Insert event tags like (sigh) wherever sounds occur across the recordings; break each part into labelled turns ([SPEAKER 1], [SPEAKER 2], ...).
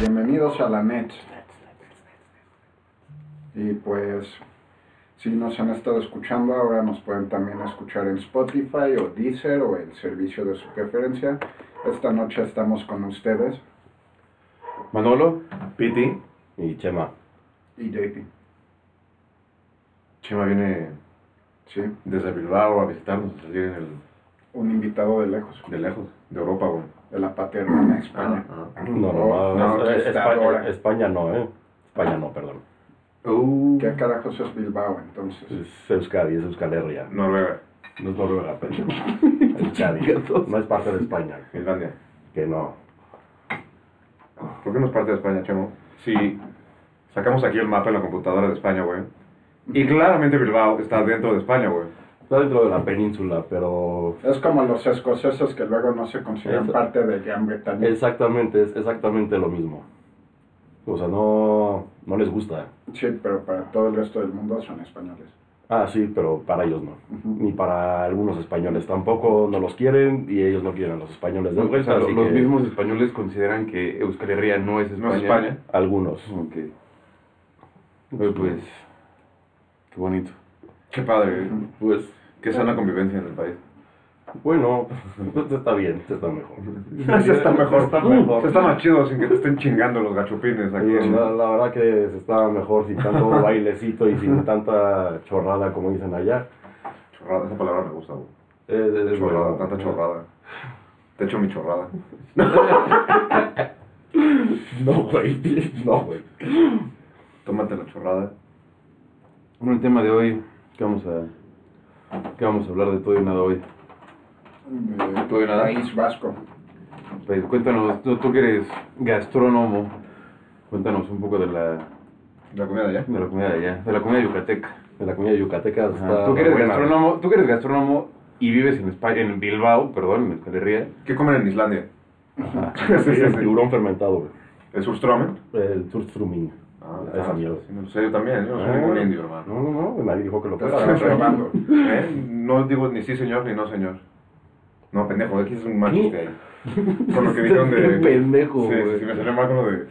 [SPEAKER 1] Bienvenidos a la net. Y pues, si nos han estado escuchando, ahora nos pueden también escuchar en Spotify o Deezer o el servicio de su preferencia. Esta noche estamos con ustedes
[SPEAKER 2] Manolo, Piti,
[SPEAKER 3] Y Chema,
[SPEAKER 1] y JP.
[SPEAKER 2] Chema viene
[SPEAKER 1] Sí,
[SPEAKER 2] desde Bilbao a visitarnos, a salir en el,
[SPEAKER 1] un invitado de lejos,
[SPEAKER 2] de lejos, de Europa, güey.
[SPEAKER 1] de la paterna
[SPEAKER 4] Ah,
[SPEAKER 1] España.
[SPEAKER 3] no,
[SPEAKER 1] Oh,
[SPEAKER 3] no, no,
[SPEAKER 1] no,
[SPEAKER 3] es-
[SPEAKER 1] que
[SPEAKER 3] es-
[SPEAKER 1] está ahora.
[SPEAKER 3] España, España no, ¿eh? España no, perdón.
[SPEAKER 2] Uh,
[SPEAKER 1] ¿Qué carajos es Bilbao entonces?
[SPEAKER 3] Es Euskadi, es Euskal Herria.
[SPEAKER 2] Noruega,
[SPEAKER 3] No es Noruega, pendejo. Euskadi. No es parte de España.
[SPEAKER 2] Finlandia.
[SPEAKER 3] Que no.
[SPEAKER 2] ¿Por qué no es parte de España, Chemo? Si sacamos aquí el mapa en la computadora de España, güey. Y claramente Bilbao está dentro de España, güey.
[SPEAKER 3] Está dentro de la península, pero...
[SPEAKER 1] Es como los escoceses que luego no se consideran
[SPEAKER 3] Eso.
[SPEAKER 1] parte de Gran Bretaña.
[SPEAKER 3] Exactamente, es exactamente lo mismo. O sea, no, no les gusta.
[SPEAKER 1] Sí, pero para todo el resto del mundo son españoles.
[SPEAKER 3] Ah, sí, pero para ellos no.
[SPEAKER 1] Ujú.
[SPEAKER 3] Ni para algunos españoles tampoco no los quieren y ellos no quieren a los españoles de
[SPEAKER 4] O
[SPEAKER 3] vuelta,
[SPEAKER 4] sea,
[SPEAKER 3] así
[SPEAKER 4] los
[SPEAKER 3] que
[SPEAKER 4] mismos españoles consideran que Euskal Herria no es España.
[SPEAKER 2] No es España.
[SPEAKER 3] algunos.
[SPEAKER 4] Ok. Pues, pues, qué bonito.
[SPEAKER 2] Qué padre, güey.
[SPEAKER 4] Pues,
[SPEAKER 2] Qué sana convivencia en el país.
[SPEAKER 3] Bueno, (laughs) esto está bien, esto
[SPEAKER 2] (laughs)
[SPEAKER 3] está mejor.
[SPEAKER 2] Se está mejor. Uh,
[SPEAKER 3] Está mejor.
[SPEAKER 2] Se está más chido sin que te estén chingando los gachupines aquí.
[SPEAKER 3] Oye,
[SPEAKER 2] en-
[SPEAKER 3] la, la verdad que se está mejor
[SPEAKER 2] (laughs)
[SPEAKER 3] sin tanto bailecito y sin tanta chorrada como dicen allá.
[SPEAKER 2] Chorrada, esa palabra me gusta, güey.
[SPEAKER 3] Eh, eh, eh,
[SPEAKER 2] Chorrada,
[SPEAKER 3] bueno,
[SPEAKER 2] tanta
[SPEAKER 3] eh,
[SPEAKER 2] chorrada. Te echo mi chorrada.
[SPEAKER 3] (laughs) No, güey, no, güey.
[SPEAKER 2] Tómate la chorrada.
[SPEAKER 4] con el tema de hoy, ¿qué vamos a, qué vamos a hablar de todo y nada hoy?
[SPEAKER 1] De
[SPEAKER 2] ¿Tú de nada?
[SPEAKER 1] País Vasco.
[SPEAKER 4] Pues, cuéntanos, tú, tú que eres gastrónomo, cuéntanos un poco de la,
[SPEAKER 2] ¿La comida de allá?
[SPEAKER 4] de la comida de allá, de la comida yucateca.
[SPEAKER 3] En la comida yucateca
[SPEAKER 4] Ajá.
[SPEAKER 3] está...
[SPEAKER 4] Tú que eres
[SPEAKER 3] buena,
[SPEAKER 4] gastrónomo, tú que eres gastrónomo y vives en España, en Bilbao, perdón, en Euskal Herria.
[SPEAKER 2] ¿Qué comen en Islandia?
[SPEAKER 3] Ajá.
[SPEAKER 2] (laughs) Sí, sí, sí.
[SPEAKER 3] El tiburón fermentado, güey.
[SPEAKER 2] ¿El surströmming?
[SPEAKER 3] El surstrumín.
[SPEAKER 2] Ah,
[SPEAKER 3] Esa mierda.
[SPEAKER 2] sí, no sé, yo también, yo no soy
[SPEAKER 3] Ah,
[SPEAKER 2] ningún
[SPEAKER 3] bueno.
[SPEAKER 2] indio, hermano.
[SPEAKER 3] No, no, no, nadie dijo que lo
[SPEAKER 2] Te (laughs)
[SPEAKER 3] fuera.
[SPEAKER 2] estás
[SPEAKER 1] robando.
[SPEAKER 2] ¿Eh? No digo ni sí señor ni no señor. No, pendejo, aquí es un mal
[SPEAKER 3] ¿Qué?
[SPEAKER 2] chiste ahí. Con lo que dijeron de...
[SPEAKER 3] Qué pendejo,
[SPEAKER 2] Sí, sí,
[SPEAKER 3] güey.
[SPEAKER 2] sí, me salió mal con lo de...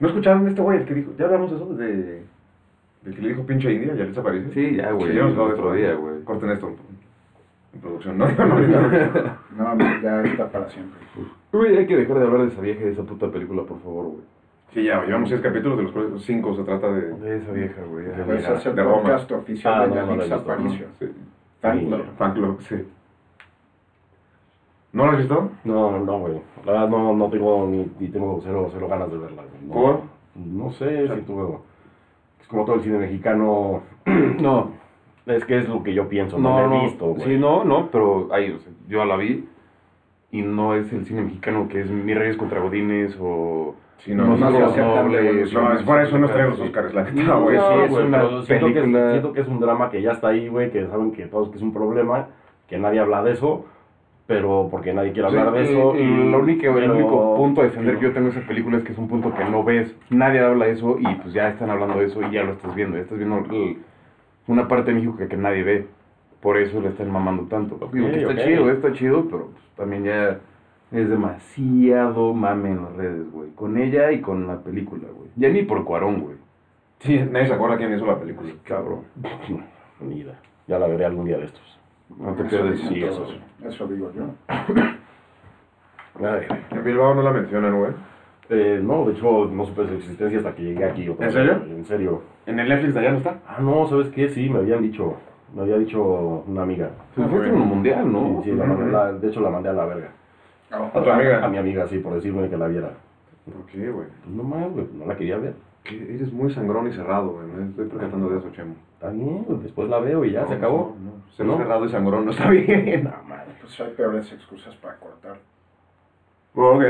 [SPEAKER 2] ¿No escucharon este güey, el que dijo... ¿Ya hablamos de eso? De... El que le dijo pinche india, ya les aparece.
[SPEAKER 4] Sí, ya, güey,
[SPEAKER 2] Sí, ya nos
[SPEAKER 4] el
[SPEAKER 2] habló de eso.
[SPEAKER 4] otro día, güey.
[SPEAKER 2] Corten esto. En producción, no, no, no, no.
[SPEAKER 1] No, no, ya está para siempre.
[SPEAKER 4] Güey, hay que dejar de hablar de esa vieja y de esa puta película, por favor, güey. (clears throat)
[SPEAKER 2] Sí, ya, llevamos seis capítulos, de los cuales cinco se trata de...
[SPEAKER 4] De esa vieja, güey. ya.
[SPEAKER 1] Pues es el
[SPEAKER 2] de Roma.
[SPEAKER 1] podcast oficial
[SPEAKER 3] Ah,
[SPEAKER 1] de
[SPEAKER 3] no, no lo he
[SPEAKER 1] Yalitza
[SPEAKER 3] visto,
[SPEAKER 1] Aparicio.
[SPEAKER 2] Sí.
[SPEAKER 1] Fan
[SPEAKER 3] Sí.
[SPEAKER 1] club.
[SPEAKER 2] Fan club, sí. ¿No lo has visto?
[SPEAKER 3] No, no, güey. La verdad no, no tengo ni, ni tengo cero, cero ganas de verla. güey. No,
[SPEAKER 2] ¿Por?
[SPEAKER 3] No sé, si tuve... Es como todo el cine mexicano...
[SPEAKER 4] No,
[SPEAKER 3] Es que es lo que yo pienso, no,
[SPEAKER 4] no,
[SPEAKER 3] lo
[SPEAKER 4] no.
[SPEAKER 3] he visto, güey.
[SPEAKER 4] sí, no, no, pero ay, o sea, yo la vi y no es el cine mexicano que es Mis Reyes contra Godines o...
[SPEAKER 2] Sí,
[SPEAKER 1] No, no,
[SPEAKER 4] Nosotros
[SPEAKER 1] no, no,
[SPEAKER 4] Nobles,
[SPEAKER 2] No, es por eso no traen los
[SPEAKER 4] Sí.
[SPEAKER 2] Oscars, la neta,
[SPEAKER 3] No,
[SPEAKER 2] güey.
[SPEAKER 4] sí,
[SPEAKER 3] güey,
[SPEAKER 4] es una
[SPEAKER 3] pero siento que es-
[SPEAKER 4] película-
[SPEAKER 3] siento que es un drama que ya está ahí, güey, que saben que todos que es un problema, que nadie habla de eso, pero porque nadie quiere hablar de
[SPEAKER 4] Sí,
[SPEAKER 3] eso.
[SPEAKER 4] y-
[SPEAKER 3] y-
[SPEAKER 4] y lo único, el
[SPEAKER 3] pero-
[SPEAKER 4] único punto a defender que
[SPEAKER 3] pero-
[SPEAKER 4] yo tengo de esa película es que es un punto que no ves. Nadie habla de eso y pues ya están hablando de eso y ya lo estás viendo. Ya estás viendo el- una parte de México que, que nadie ve. Por eso le están mamando tanto. Digo que está
[SPEAKER 3] ok.
[SPEAKER 4] chido, está chido, pero pues, también ya es demasiado mame en las redes, güey. Con ella y con la película, güey. Ya ni por Cuarón, güey.
[SPEAKER 2] Sí, nadie se acuerda quién hizo la película.
[SPEAKER 4] Cabrón.
[SPEAKER 3] Ni idea. Ya la veré algún día de estos.
[SPEAKER 4] No te
[SPEAKER 1] Eso
[SPEAKER 4] pierdes.
[SPEAKER 1] dicen
[SPEAKER 3] sí,
[SPEAKER 1] todos.
[SPEAKER 3] eso
[SPEAKER 1] Eso digo yo.
[SPEAKER 3] Ay, güey.
[SPEAKER 2] En Bilbao no la mencionan, güey.
[SPEAKER 3] Eh, no, de hecho, no supe de su existencia hasta que llegué aquí. otra
[SPEAKER 2] ¿En
[SPEAKER 3] vez,
[SPEAKER 2] serio?
[SPEAKER 3] güey, En serio.
[SPEAKER 2] ¿En el Netflix de allá no está?
[SPEAKER 3] Ah, no, ¿sabes qué? Sí, me habían dicho. Me había dicho una amiga.
[SPEAKER 4] Pues fuiste en el mundial, ¿no?
[SPEAKER 3] Sí, sí, la
[SPEAKER 2] Ujú.
[SPEAKER 3] mandé- la- de hecho, la mandé a la verga.
[SPEAKER 1] Pues,
[SPEAKER 2] ¿A tu amiga?
[SPEAKER 3] A mi amiga, sí, por decirme que la viera. Pues,
[SPEAKER 2] ¿Por qué, güey?
[SPEAKER 3] No más, güey, no la quería ver.
[SPEAKER 2] Que Eres muy sangrón y cerrado, güey. Me estoy percatando de eso, Chemo.
[SPEAKER 3] Está bien, güey, después la veo y ya,
[SPEAKER 2] No,
[SPEAKER 3] se acabó.
[SPEAKER 2] No, no. Ser
[SPEAKER 3] ¿No?
[SPEAKER 2] cerrado y sangrón no está (laughs) bien.
[SPEAKER 3] No, madre.
[SPEAKER 1] Pues hay peores excusas para cortar.
[SPEAKER 2] Bueno, ok.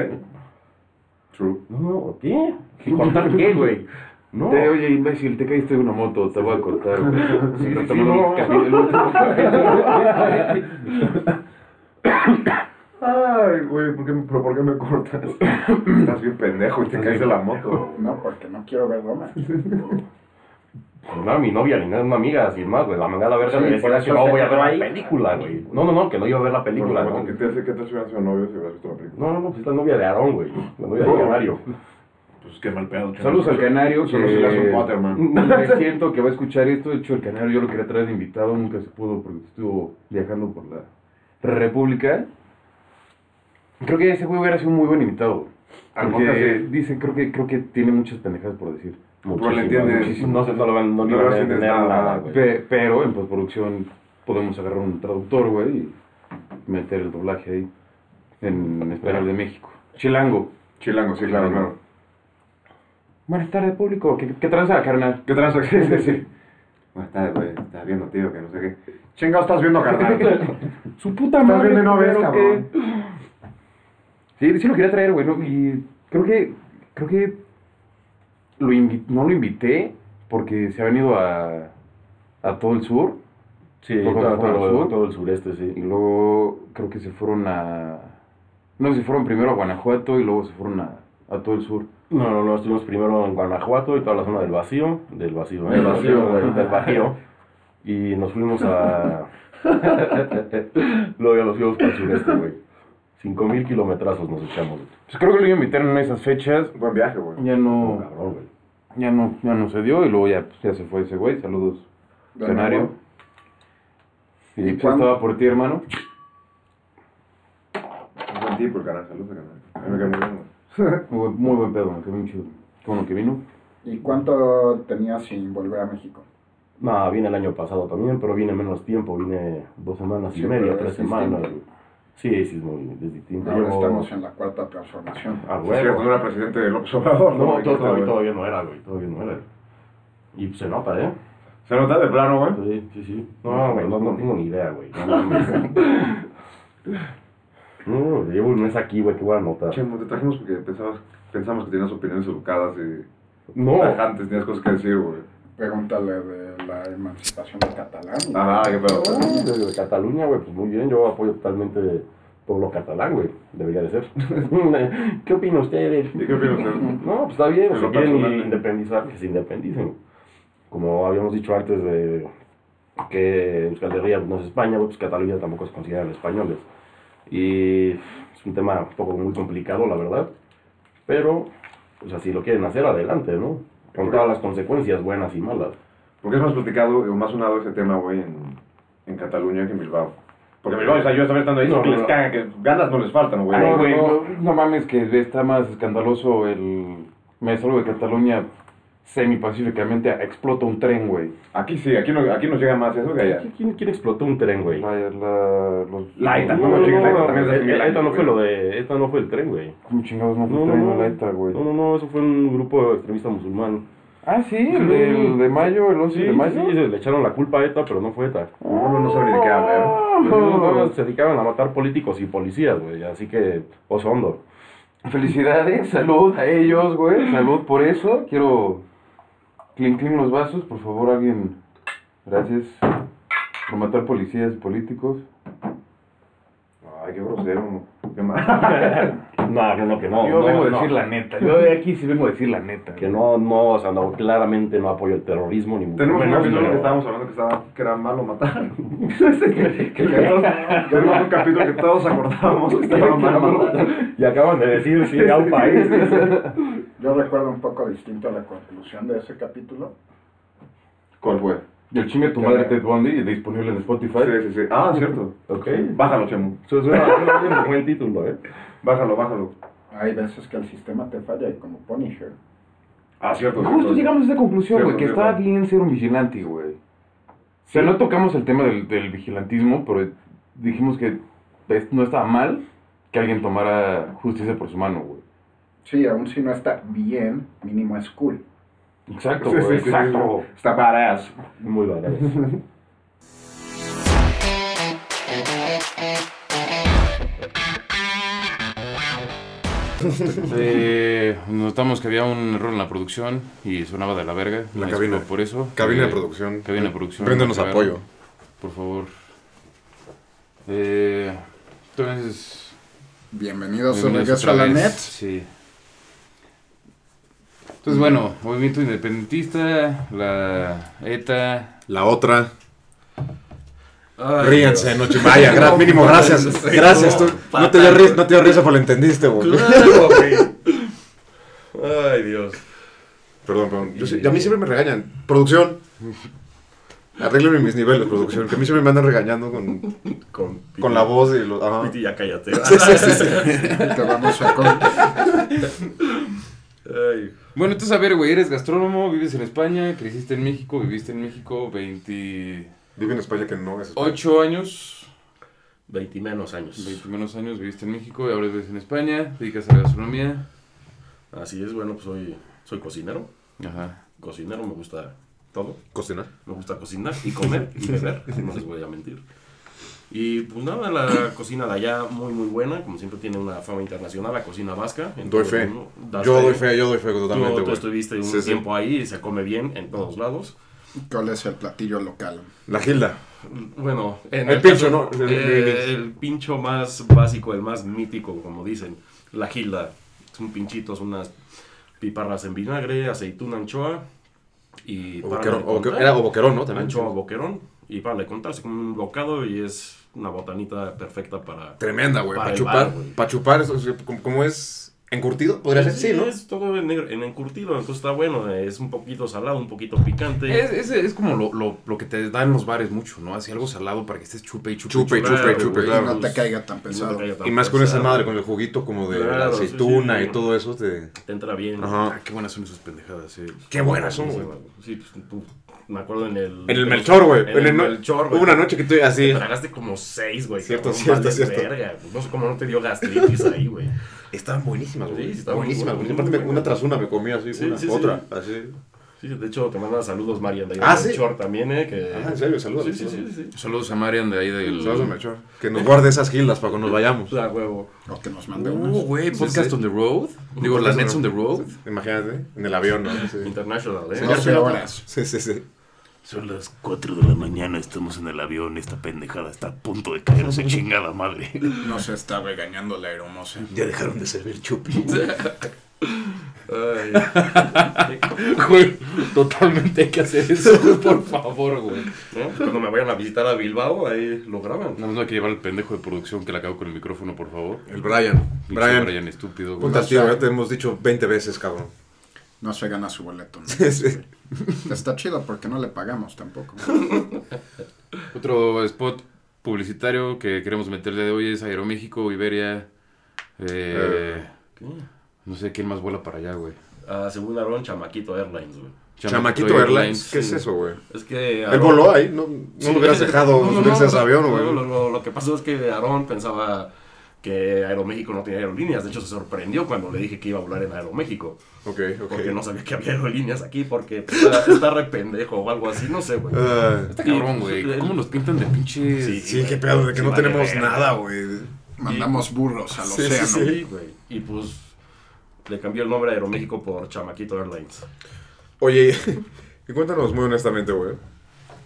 [SPEAKER 2] True.
[SPEAKER 3] No, no, ¿qué? ¿Qué ¿Cortar qué, güey? (laughs) No. pues,
[SPEAKER 4] Te, oye, imbécil, te caíste de una moto, te voy a cortar, güey.
[SPEAKER 3] (laughs) sí,
[SPEAKER 4] Retomando
[SPEAKER 3] sí,
[SPEAKER 4] el
[SPEAKER 3] no.
[SPEAKER 4] capi- el último capítulo.
[SPEAKER 2] Ay, güey, ¿por qué, me- pero ¿por qué me (laughs) cortas? Estás bien pendejo y te caes de la moto.
[SPEAKER 1] No, porque no quiero ver Roma.
[SPEAKER 3] pues, no era mi novia ni nada, una amiga, sin más, güey. La mandé a la verga
[SPEAKER 1] Sí,
[SPEAKER 3] y
[SPEAKER 1] por
[SPEAKER 3] decía
[SPEAKER 1] eso
[SPEAKER 3] que no
[SPEAKER 1] se
[SPEAKER 3] voy a ver
[SPEAKER 1] quedó
[SPEAKER 3] la
[SPEAKER 1] ahí.
[SPEAKER 3] película, güey. No, no, no, que no iba a ver la película,
[SPEAKER 2] Por
[SPEAKER 3] ¿no?
[SPEAKER 2] lo que te hace que te hubieran sido novios y hubieras visto la película.
[SPEAKER 3] No, no, no, pues es la novia de Aarón, güey. La novia de Canario.
[SPEAKER 2] Pues qué mal pedo. chaval.
[SPEAKER 4] Saludos al canario.
[SPEAKER 2] Solo si le hace un Waterman.
[SPEAKER 4] (laughs) Me siento que va a escuchar esto. De hecho, el canario yo lo quería traer de invitado. Nunca se pudo porque estuvo viajando por la República. Creo que ese güey hubiera sido un muy buen invitado. güey.
[SPEAKER 2] Al podcast,
[SPEAKER 4] Porque
[SPEAKER 2] sí.
[SPEAKER 4] dice, creo que, creo que tiene muchas pendejadas por decir.
[SPEAKER 2] Pero le entiendes.
[SPEAKER 3] muchísimas. No sé, no lo van, no,
[SPEAKER 2] No
[SPEAKER 3] le
[SPEAKER 2] le
[SPEAKER 3] van a
[SPEAKER 2] vas a
[SPEAKER 3] entender
[SPEAKER 2] entender nada,
[SPEAKER 3] nada, güey.
[SPEAKER 4] Pe- pero en postproducción podemos agarrar un traductor, güey, y meter el doblaje ahí en español de México. Chilango.
[SPEAKER 2] Chilango, sí, claro, claro.
[SPEAKER 4] Buenas tardes, público. ¿Qué, qué tranza, carnal?
[SPEAKER 2] ¿Qué
[SPEAKER 4] (laughs)
[SPEAKER 2] transa? Sí, sí, sí. Bueno, está, güey, pues, estás viendo, tío, que no sé qué. Chingado, estás viendo, carnal.
[SPEAKER 3] (laughs)
[SPEAKER 4] Su puta
[SPEAKER 2] Estás
[SPEAKER 4] madre.
[SPEAKER 2] viendo y no ves,
[SPEAKER 4] culero,
[SPEAKER 2] cabrón.
[SPEAKER 4] que- Sí, sí lo quería traer, güey. ¿no? Y creo que. Creo que. Lo invi- no lo invité porque se ha venido a. a todo el sur.
[SPEAKER 3] Sí,
[SPEAKER 4] Fue
[SPEAKER 3] todo,
[SPEAKER 4] cuando fueron
[SPEAKER 3] todo-
[SPEAKER 4] al sur.
[SPEAKER 3] todo el sureste,
[SPEAKER 4] Y
[SPEAKER 3] sí.
[SPEAKER 4] luego creo que se fueron a. No, se fueron primero a Guanajuato y luego se fueron a, a todo el sur.
[SPEAKER 3] No, no, no, estuvimos primero en Guanajuato y toda la zona del vacío. Del vacío, ¿eh?
[SPEAKER 2] Del Vacío, güey.
[SPEAKER 3] Del Bajío. Y nos fuimos a. luego ya nos fuimos para el sureste, güey. 5000 kilometrazos nos echamos, güey.
[SPEAKER 4] Pues creo que lo iba a invitar en una de esas fechas.
[SPEAKER 2] Buen viaje, pues. güey.
[SPEAKER 4] Ya no.
[SPEAKER 3] Cabrón, güey.
[SPEAKER 4] Ya no, ya no se dio y luego ya, pues, ya se fue ese güey. Saludos,
[SPEAKER 1] De
[SPEAKER 4] escenario.
[SPEAKER 1] nuevo.
[SPEAKER 4] Y
[SPEAKER 1] ¿Y
[SPEAKER 4] pues,
[SPEAKER 1] cuándo?
[SPEAKER 4] estaba por ti, hermano.
[SPEAKER 2] Un buen tipo el canal, saludos al canal. A mí me cae muy bien, pues. güey.
[SPEAKER 4] Muy buen, muy buen pedo, me quedó bien chido. Bueno, que vino.
[SPEAKER 1] ¿Y cuánto tenías sin volver a México?
[SPEAKER 3] No, vine el año pasado también, pero vine menos tiempo, vine dos semanas
[SPEAKER 1] Sí,
[SPEAKER 3] y media,
[SPEAKER 1] pero
[SPEAKER 3] tres
[SPEAKER 1] es
[SPEAKER 3] semanas.
[SPEAKER 1] distinto.
[SPEAKER 3] güey. Sí, sí, es muy es distinto.
[SPEAKER 1] Ahora
[SPEAKER 3] Yo-
[SPEAKER 1] estamos en la cuarta transformación.
[SPEAKER 3] a
[SPEAKER 2] Sí, Es cierto, no
[SPEAKER 3] Ah, huevo.
[SPEAKER 2] era presidente de López Obrador.
[SPEAKER 3] No,
[SPEAKER 2] güey,
[SPEAKER 3] todo-
[SPEAKER 2] que está, pues.
[SPEAKER 3] todavía,
[SPEAKER 2] güey.
[SPEAKER 3] todavía no era, güey, todavía no era. Y se nota, ¿eh?
[SPEAKER 2] Se nota de plano, güey.
[SPEAKER 3] Sí, sí, sí. No, güey, no, no tengo ni idea, güey. No, (laughs) mames. No, llevo un mes aquí, güey, que voy a notar.
[SPEAKER 2] Chemo, te trajimos porque pensabas, pensamos que tenías opiniones educadas y
[SPEAKER 3] No,
[SPEAKER 2] tajantes, tenías cosas que decir, güey.
[SPEAKER 1] Pregúntale de la emancipación del catalán.
[SPEAKER 2] Ajá, qué pedo.
[SPEAKER 3] desde Cataluña, güey, pues muy bien, yo apoyo totalmente pueblo catalán, güey. Debería de (laughs) ser. ¿Qué opina usted del
[SPEAKER 2] ¿Y qué opinas usted?
[SPEAKER 3] No, pues está bien,
[SPEAKER 2] En
[SPEAKER 3] si
[SPEAKER 2] lo
[SPEAKER 3] quieren
[SPEAKER 2] personal, ¿eh?
[SPEAKER 3] independizar, que se independicen. Como habíamos dicho antes de que Euskal Herria no es España, pues Cataluña tampoco se consideran españoles. Y es un tema un poco muy complicado, la verdad. Pero, o sea, si lo quieren hacer, adelante, ¿no? Con todas las consecuencias buenas y malas.
[SPEAKER 2] Porque es más platicado o más sonado ese tema, güey, en, en Cataluña que en Bilbao. Porque en Bilbao, o sea, yo estaba estando ahí,
[SPEAKER 3] No,
[SPEAKER 2] que
[SPEAKER 3] no,
[SPEAKER 2] les
[SPEAKER 3] no.
[SPEAKER 2] cagan, que ganas no les faltan, güey.
[SPEAKER 4] No,
[SPEAKER 2] No,
[SPEAKER 4] güey, no, no mames que está más escandaloso el... Me salgo de Cataluña semipacíficamente, explota un tren, güey.
[SPEAKER 2] Aquí sí, aquí, no, aquí nos llega más eso que allá.
[SPEAKER 3] ¿Quién, quién explotó un tren, güey?
[SPEAKER 4] Vaya, la... Los,
[SPEAKER 2] La ETA,
[SPEAKER 3] No,
[SPEAKER 2] no,
[SPEAKER 3] no, no,
[SPEAKER 2] chinga,
[SPEAKER 3] no,
[SPEAKER 2] esta también es de
[SPEAKER 3] eh, eh, esta
[SPEAKER 2] Finlandia,
[SPEAKER 3] no fue
[SPEAKER 2] güey.
[SPEAKER 3] lo de, esta no fue el tren, güey.
[SPEAKER 4] ¿Cómo chingados no fue
[SPEAKER 3] No, no,
[SPEAKER 4] tren a
[SPEAKER 3] no.
[SPEAKER 4] la ETA, güey?
[SPEAKER 3] No, no, no, eso fue un grupo extremista musulmán.
[SPEAKER 4] Ah, sí, el
[SPEAKER 3] Sí.
[SPEAKER 4] de, el de mayo, el 11
[SPEAKER 3] Sí,
[SPEAKER 4] de mayo.
[SPEAKER 3] sí, sí, le echaron la culpa a ETA, pero no fue ETA.
[SPEAKER 2] Uno no sabe ni de qué habla, ¿eh?
[SPEAKER 3] No, se dedicaban a matar políticos y policías, güey, así que oso hondo.
[SPEAKER 4] Felicidades, salud a ellos, güey. Salud por eso. Quiero... Clink, clink los vasos, por favor, alguien. Gracias por matar policías y políticos.
[SPEAKER 2] Ay, qué grosero, no. qué
[SPEAKER 4] (laughs)
[SPEAKER 2] mal.
[SPEAKER 3] No, no, no, que no.
[SPEAKER 4] Yo
[SPEAKER 3] no,
[SPEAKER 4] vengo a
[SPEAKER 3] no.
[SPEAKER 4] decir la neta. Yo de aquí sí vengo a decir la
[SPEAKER 3] (laughs)
[SPEAKER 4] neta.
[SPEAKER 3] Que no, no, o sea, no, claramente no apoyo el terrorismo ni mucho
[SPEAKER 2] Tenemos un
[SPEAKER 3] menos,
[SPEAKER 2] capítulo que
[SPEAKER 3] pero-
[SPEAKER 2] estábamos hablando que, estaba, que era malo matar.
[SPEAKER 4] (laughs)
[SPEAKER 2] que, que todos- tenemos un capítulo que todos acordábamos que estaba malo matar.
[SPEAKER 3] Y acaban de decir, sí, a un país.
[SPEAKER 1] Yo recuerdo un poco distinto la conclusión de ese capítulo.
[SPEAKER 2] ¿Cuál fue?
[SPEAKER 4] El chingue tu madre Ted Bundy disponible en Spotify.
[SPEAKER 2] Sí, sí, sí. Ah, cierto.
[SPEAKER 3] ok.
[SPEAKER 2] Bájalo, Chemo.
[SPEAKER 3] Eso suena, suena bien, un buen título, ¿eh?
[SPEAKER 2] Bájalo, bájalo.
[SPEAKER 1] Hay veces que el sistema te falla y como Punisher.
[SPEAKER 2] Ah, cierto.
[SPEAKER 4] Justo
[SPEAKER 2] cierto.
[SPEAKER 4] llegamos a esa conclusión,
[SPEAKER 2] Sí,
[SPEAKER 4] güey, que
[SPEAKER 2] sí,
[SPEAKER 4] estaba
[SPEAKER 2] sí.
[SPEAKER 4] bien ser un vigilante, güey. O sea, no tocamos el tema del, del vigilantismo, pero dijimos que pues, no estaba mal que alguien tomara justicia por su mano, güey.
[SPEAKER 1] Sí, aún si no está bien, mínimo es cool.
[SPEAKER 4] Exacto,
[SPEAKER 2] Sí,
[SPEAKER 4] güey,
[SPEAKER 2] sí, sí, sí.
[SPEAKER 4] exacto.
[SPEAKER 2] Está badass.
[SPEAKER 3] Muy barato.
[SPEAKER 4] Eh, notamos que había un error en la producción y sonaba de la verga.
[SPEAKER 5] La
[SPEAKER 4] Me
[SPEAKER 5] cabina.
[SPEAKER 4] disculpo Por eso.
[SPEAKER 5] Cabina
[SPEAKER 4] Eh,
[SPEAKER 5] de producción.
[SPEAKER 4] Cabina de producción.
[SPEAKER 5] Véndenos
[SPEAKER 4] Cabina-
[SPEAKER 5] apoyo.
[SPEAKER 4] Por favor. Eh, entonces,
[SPEAKER 1] Bienvenidos,
[SPEAKER 4] Bienvenidos
[SPEAKER 1] a
[SPEAKER 4] otra
[SPEAKER 1] la
[SPEAKER 4] vez.
[SPEAKER 1] net.
[SPEAKER 4] Sí. Entonces, bueno, movimiento independentista, la ETA.
[SPEAKER 6] La otra.
[SPEAKER 4] Ay,
[SPEAKER 6] Ríanse, no (laughs) chimaya. gra-
[SPEAKER 4] No,
[SPEAKER 6] mínimo,
[SPEAKER 4] no,
[SPEAKER 6] gracias.
[SPEAKER 4] no sé,
[SPEAKER 6] Gracias.
[SPEAKER 4] no,
[SPEAKER 6] tú- no, te dio
[SPEAKER 4] fatal,
[SPEAKER 6] risa, no te dio risa, pero lo entendiste,
[SPEAKER 7] (laughs)
[SPEAKER 6] güey.
[SPEAKER 4] Claro, güey. Ay, Dios.
[SPEAKER 6] Perdón, perdón. Yo sé- y a mí siempre me regañan. Producción. Arréglenme mis niveles, producción. Que a mí siempre me andan regañando con,
[SPEAKER 3] Con,
[SPEAKER 6] con la voz y los. Ajá.
[SPEAKER 3] Piti, ya cállate.
[SPEAKER 6] Sí, (laughs) sí, sí, sí.
[SPEAKER 1] Te vamos a con-
[SPEAKER 3] Ay,
[SPEAKER 4] (laughs) Bueno, entonces, a ver, güey, eres gastrónomo, vives en España, creciste en México, viviste en México 28
[SPEAKER 6] Vive en España que no es. España.
[SPEAKER 4] años,
[SPEAKER 3] 20 menos años.
[SPEAKER 4] 20 menos años, viviste en México y ahora vives en España, te dedicas a la gastronomía.
[SPEAKER 3] Así es, bueno, pues soy, soy cocinero.
[SPEAKER 4] Ajá.
[SPEAKER 3] Cocinero, me gusta todo.
[SPEAKER 6] Cocinar.
[SPEAKER 3] Me gusta cocinar y comer y
[SPEAKER 6] (laughs)
[SPEAKER 3] beber, no les voy a mentir. Y pues nada, la cocina de allá muy muy buena, como siempre tiene una fama internacional, la cocina vasca. en
[SPEAKER 6] Doy
[SPEAKER 3] todo el
[SPEAKER 6] fe.
[SPEAKER 3] mundo. Das
[SPEAKER 6] Yo doy fe, yo doy fe totalmente,
[SPEAKER 3] Tú, tú
[SPEAKER 6] güey.
[SPEAKER 3] estuviste un
[SPEAKER 6] Sí, sí.
[SPEAKER 3] tiempo ahí y se come bien en todos lados.
[SPEAKER 1] ¿Cuál es el platillo local?
[SPEAKER 6] La Gilda.
[SPEAKER 3] Bueno, en
[SPEAKER 6] El pincho,
[SPEAKER 3] caso-
[SPEAKER 6] ¿no? El-
[SPEAKER 3] eh, el pincho más básico, el más mítico, como dicen. La gilda. Es un pinchito, son unas piparras en vinagre, aceituna, anchoa. Y
[SPEAKER 6] O
[SPEAKER 3] para
[SPEAKER 6] boquerón,
[SPEAKER 3] de
[SPEAKER 6] o boque-
[SPEAKER 3] contar.
[SPEAKER 6] era o boquerón, ¿no? También.
[SPEAKER 3] anchoa boquerón y para de contarse como un bocado y es una botanita perfecta para
[SPEAKER 6] Tremenda, güey.
[SPEAKER 3] Para
[SPEAKER 6] Para
[SPEAKER 3] el
[SPEAKER 6] chupar.
[SPEAKER 3] bar, güey.
[SPEAKER 6] Para chupar, eso es- como- como es encurtido, podría ser. Sí, ¿no?
[SPEAKER 3] es todo en, negro- en encurtido entonces está bueno es un poquito salado un poquito picante
[SPEAKER 4] Es, es, es como lo, lo, lo que te dan los bares mucho, ¿no? Así algo salado para que estés chupe y chupe.
[SPEAKER 6] Chupe y
[SPEAKER 3] Claro,
[SPEAKER 6] chupe y
[SPEAKER 3] güey.
[SPEAKER 6] chupe,
[SPEAKER 1] Y
[SPEAKER 6] claro.
[SPEAKER 1] no te caiga tan
[SPEAKER 3] Y no te
[SPEAKER 1] pesado.
[SPEAKER 3] caiga tan
[SPEAKER 6] Y más con esa
[SPEAKER 3] pesado.
[SPEAKER 6] madre, con el juguito como de
[SPEAKER 3] Claro,
[SPEAKER 6] la aceituna
[SPEAKER 3] sí, sí,
[SPEAKER 6] y todo eso. Te...
[SPEAKER 3] te entra bien
[SPEAKER 6] Ajá.
[SPEAKER 4] Ah, qué buenas son esas pendejadas, eh.
[SPEAKER 6] Qué buenas son, güey.
[SPEAKER 3] sí pues, tú- me acuerdo en el
[SPEAKER 6] En el Melchor, güey.
[SPEAKER 3] en el Melchor güey.
[SPEAKER 6] Hubo una noche que estoy así.
[SPEAKER 3] te tragaste como seis güey
[SPEAKER 6] Cierto,
[SPEAKER 3] cabrón,
[SPEAKER 6] cierto,
[SPEAKER 3] vales
[SPEAKER 6] cierto.
[SPEAKER 3] verga. no sé cómo no te dio gastritis ahí güey
[SPEAKER 6] Estaban buenísimas,
[SPEAKER 3] Sí,
[SPEAKER 6] güey.
[SPEAKER 3] sí, estaban
[SPEAKER 6] buenísimas,
[SPEAKER 3] muy
[SPEAKER 6] güey.
[SPEAKER 3] buenas,
[SPEAKER 6] Aparte, me-
[SPEAKER 3] muy
[SPEAKER 6] una
[SPEAKER 3] buenas.
[SPEAKER 6] tras una me comía así,
[SPEAKER 3] Sí,
[SPEAKER 6] una,
[SPEAKER 3] sí, sí.
[SPEAKER 6] otra. Así.
[SPEAKER 3] sí de hecho te mandan saludos Marian de ahí
[SPEAKER 6] Ah,
[SPEAKER 3] del
[SPEAKER 6] sí.
[SPEAKER 3] Melchor también eh que
[SPEAKER 6] Ah, en serio, saludos.
[SPEAKER 3] sí sí sí, sí.
[SPEAKER 4] Saludos a Marian de ahí del.
[SPEAKER 6] Mm. Saludos al Melchor. Que nos guarde esas gildas para cuando nos vayamos.
[SPEAKER 3] O sea, huevo
[SPEAKER 1] O que nos mande unas.
[SPEAKER 4] Uh, güey, podcast
[SPEAKER 6] sí.
[SPEAKER 4] on the road. Digo, la Nets on the road.
[SPEAKER 6] Imagínate, en el avión, ¿no? Sí,
[SPEAKER 3] international eh
[SPEAKER 6] Señor
[SPEAKER 1] 12
[SPEAKER 6] Pirata.
[SPEAKER 1] horas.
[SPEAKER 6] sí, sí. sí.
[SPEAKER 8] Son las 4 de la mañana, estamos en el avión, esta pendejada está a punto de (laughs) caerse chingada madre.
[SPEAKER 1] Nos está regañando la hermosa.
[SPEAKER 8] Ya dejaron de servir chupi.
[SPEAKER 3] Ay.
[SPEAKER 4] (laughs) Güey, totalmente hay que hacer eso, (laughs) güey, por favor, güey.
[SPEAKER 3] ¿no? Cuando me vayan a visitar a Bilbao, ahí lo graban.
[SPEAKER 4] Nada más no hay que llevar al pendejo de producción que la acabo con el micrófono, por favor.
[SPEAKER 6] El Brian.
[SPEAKER 4] Pinche
[SPEAKER 6] Brian.
[SPEAKER 4] Brian estúpido, güey.
[SPEAKER 6] Puta, tío, ya te hemos dicho 20 veces, cabrón.
[SPEAKER 1] No se gana su boleto. ¿no?
[SPEAKER 6] (laughs) Sí, sí.
[SPEAKER 1] Está chido porque no le pagamos tampoco.
[SPEAKER 4] Otro spot publicitario que queremos meterle de hoy es Aeroméxico, Iberia. Eh, No sé quién más vuela para allá, güey.
[SPEAKER 3] Ah, según Aarón, Chamaquito Airlines, güey.
[SPEAKER 6] Chamaquito Airlines. ¿Qué es
[SPEAKER 3] sí.
[SPEAKER 6] eso, güey?
[SPEAKER 3] Es que.
[SPEAKER 6] Él
[SPEAKER 3] Aarón-
[SPEAKER 6] voló ahí. No, no
[SPEAKER 3] Sí.
[SPEAKER 6] lo hubieras dejado
[SPEAKER 3] No, no,
[SPEAKER 6] subirse
[SPEAKER 3] no,
[SPEAKER 6] a ese avión,
[SPEAKER 3] no, Lo,
[SPEAKER 6] güey.
[SPEAKER 3] lo- lo que pasó es que Aarón pensaba que Aeroméxico no tenía aerolíneas. De hecho, se sorprendió cuando le dije que iba a volar en Aeroméxico.
[SPEAKER 6] Ok, ok.
[SPEAKER 3] Porque no sabía que había aerolíneas aquí, porque pues, está, está re pendejo o algo así, no sé, güey.
[SPEAKER 6] Ah,
[SPEAKER 4] Está cabrón, güey. ¿Cómo nos pintan de pinches?
[SPEAKER 3] Sí.
[SPEAKER 6] sí, qué pedo, de que
[SPEAKER 3] Sí,
[SPEAKER 6] no
[SPEAKER 3] vale
[SPEAKER 6] tenemos
[SPEAKER 3] verga.
[SPEAKER 6] nada, güey.
[SPEAKER 1] Mandamos burros al
[SPEAKER 6] Sí, sí,
[SPEAKER 1] océano.
[SPEAKER 6] sí.
[SPEAKER 3] Sí, güey. Y pues le cambió el nombre a Aeroméxico por Chamaquito Airlines.
[SPEAKER 6] Oye, (laughs) y cuéntanos muy honestamente, güey.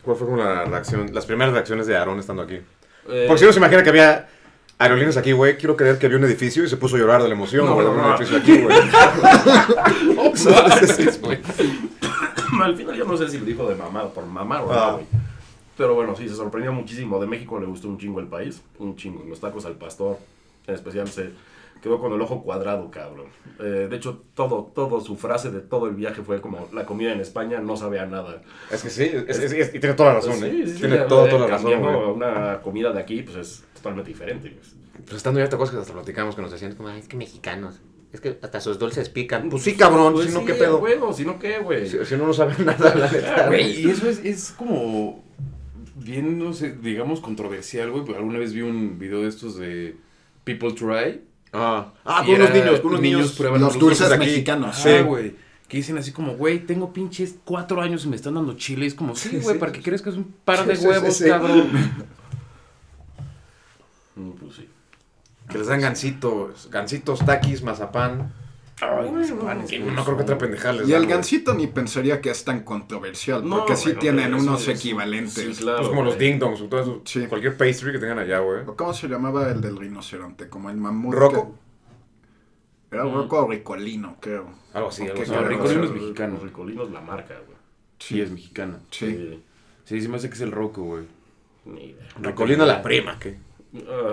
[SPEAKER 6] ¿Cuál fue como la reacción, las primeras reacciones de Aarón estando aquí?
[SPEAKER 3] Eh,
[SPEAKER 6] Porque si uno se imagina que había aerolíneas aquí, güey, quiero creer que había un edificio y se puso a llorar de la emoción,
[SPEAKER 3] No,
[SPEAKER 6] güey, de
[SPEAKER 3] no,
[SPEAKER 6] un
[SPEAKER 3] no.
[SPEAKER 6] edificio aquí,
[SPEAKER 3] (laughs)
[SPEAKER 6] güey. (laughs)
[SPEAKER 3] Al final yo no sé si lo dijo de mamá, por mamá o
[SPEAKER 6] Ah.
[SPEAKER 3] no, güey. Pero bueno, sí, se sorprendió muchísimo. De México le gustó un chingo el país. Un chingo. Los tacos al pastor, en especial, se quedó con el ojo cuadrado, cabrón. Eh, de hecho, todo, todo, su frase de todo el viaje fue como, la comida en España no sabe a nada.
[SPEAKER 6] Es que sí, es- es- es- y tiene toda la razón,
[SPEAKER 3] Sí,
[SPEAKER 6] ¿eh?
[SPEAKER 3] sí, sí,
[SPEAKER 6] tiene
[SPEAKER 3] ya,
[SPEAKER 6] toda,
[SPEAKER 3] eh,
[SPEAKER 6] toda la razón,
[SPEAKER 3] cambiando
[SPEAKER 6] güey.
[SPEAKER 3] a una comida de aquí, pues es totalmente diferente. pues.
[SPEAKER 6] Pero estando ya esta cosa que hasta platicamos que nos decían, como,
[SPEAKER 7] Ay, es que mexicanos. Es que hasta sus dulces pican.
[SPEAKER 6] pues sí, cabrón,
[SPEAKER 3] Pues
[SPEAKER 6] si no,
[SPEAKER 3] sí,
[SPEAKER 6] qué pedo.
[SPEAKER 3] Bueno, si no, qué, güey.
[SPEAKER 6] Si, si no, no saben (laughs) nada, la neta.
[SPEAKER 4] Güey, y eso es, es como bien, no sé, digamos controversial, güey. porque Alguna vez vi un video de estos de People Try.
[SPEAKER 6] Ah, ah
[SPEAKER 4] y
[SPEAKER 6] con unos
[SPEAKER 4] era-
[SPEAKER 6] niños, con unos niños.
[SPEAKER 4] prueban
[SPEAKER 1] Los
[SPEAKER 6] dulces de
[SPEAKER 1] dulces
[SPEAKER 6] aquí.
[SPEAKER 1] mexicanos.
[SPEAKER 4] Ah, güey. Que dicen así como, güey, tengo pinches cuatro años y me están dando chile. Y es como, sí, güey, para que crees que es un par de
[SPEAKER 6] Sí, sí,
[SPEAKER 4] huevos,
[SPEAKER 6] sí, sí.
[SPEAKER 4] cabrón.
[SPEAKER 3] Mm, Pues sí.
[SPEAKER 6] Que les dan gansitos, gansitos, taquis, mazapán.
[SPEAKER 4] Ay, mis panes,
[SPEAKER 6] Sí,
[SPEAKER 4] güey,
[SPEAKER 6] no creo que otra pendejada les
[SPEAKER 1] Y
[SPEAKER 6] dan,
[SPEAKER 1] el
[SPEAKER 6] güey.
[SPEAKER 1] gancito ni pensaría que es tan controversial,
[SPEAKER 3] No,
[SPEAKER 1] porque sí
[SPEAKER 3] bueno,
[SPEAKER 1] tienen
[SPEAKER 3] pero eso
[SPEAKER 1] unos
[SPEAKER 3] es-
[SPEAKER 1] equivalentes.
[SPEAKER 3] Sí, claro. eh,
[SPEAKER 6] Pues como los
[SPEAKER 3] güey.
[SPEAKER 6] ding dongs, o todas sus-
[SPEAKER 1] Sí.
[SPEAKER 6] cualquier pastry que tengan allá, güey.
[SPEAKER 1] ¿O ¿Cómo se llamaba el del rinoceronte? Como el mamut.
[SPEAKER 6] ¿Rocco?
[SPEAKER 1] que- Era
[SPEAKER 3] Mm.
[SPEAKER 1] un roco ricolino, creo.
[SPEAKER 4] Algo así, algo
[SPEAKER 1] Ok,
[SPEAKER 4] así.
[SPEAKER 1] claro,
[SPEAKER 4] Ricolino es
[SPEAKER 1] claro.
[SPEAKER 4] mexicano.
[SPEAKER 3] Los ricolinos, la marca, güey.
[SPEAKER 4] Sí, es mexicana.
[SPEAKER 1] Sí.
[SPEAKER 3] Eh,
[SPEAKER 4] Sí, sí me hace que es el roco, güey.
[SPEAKER 3] ni idea.
[SPEAKER 4] Ricolino la prima, ¿qué?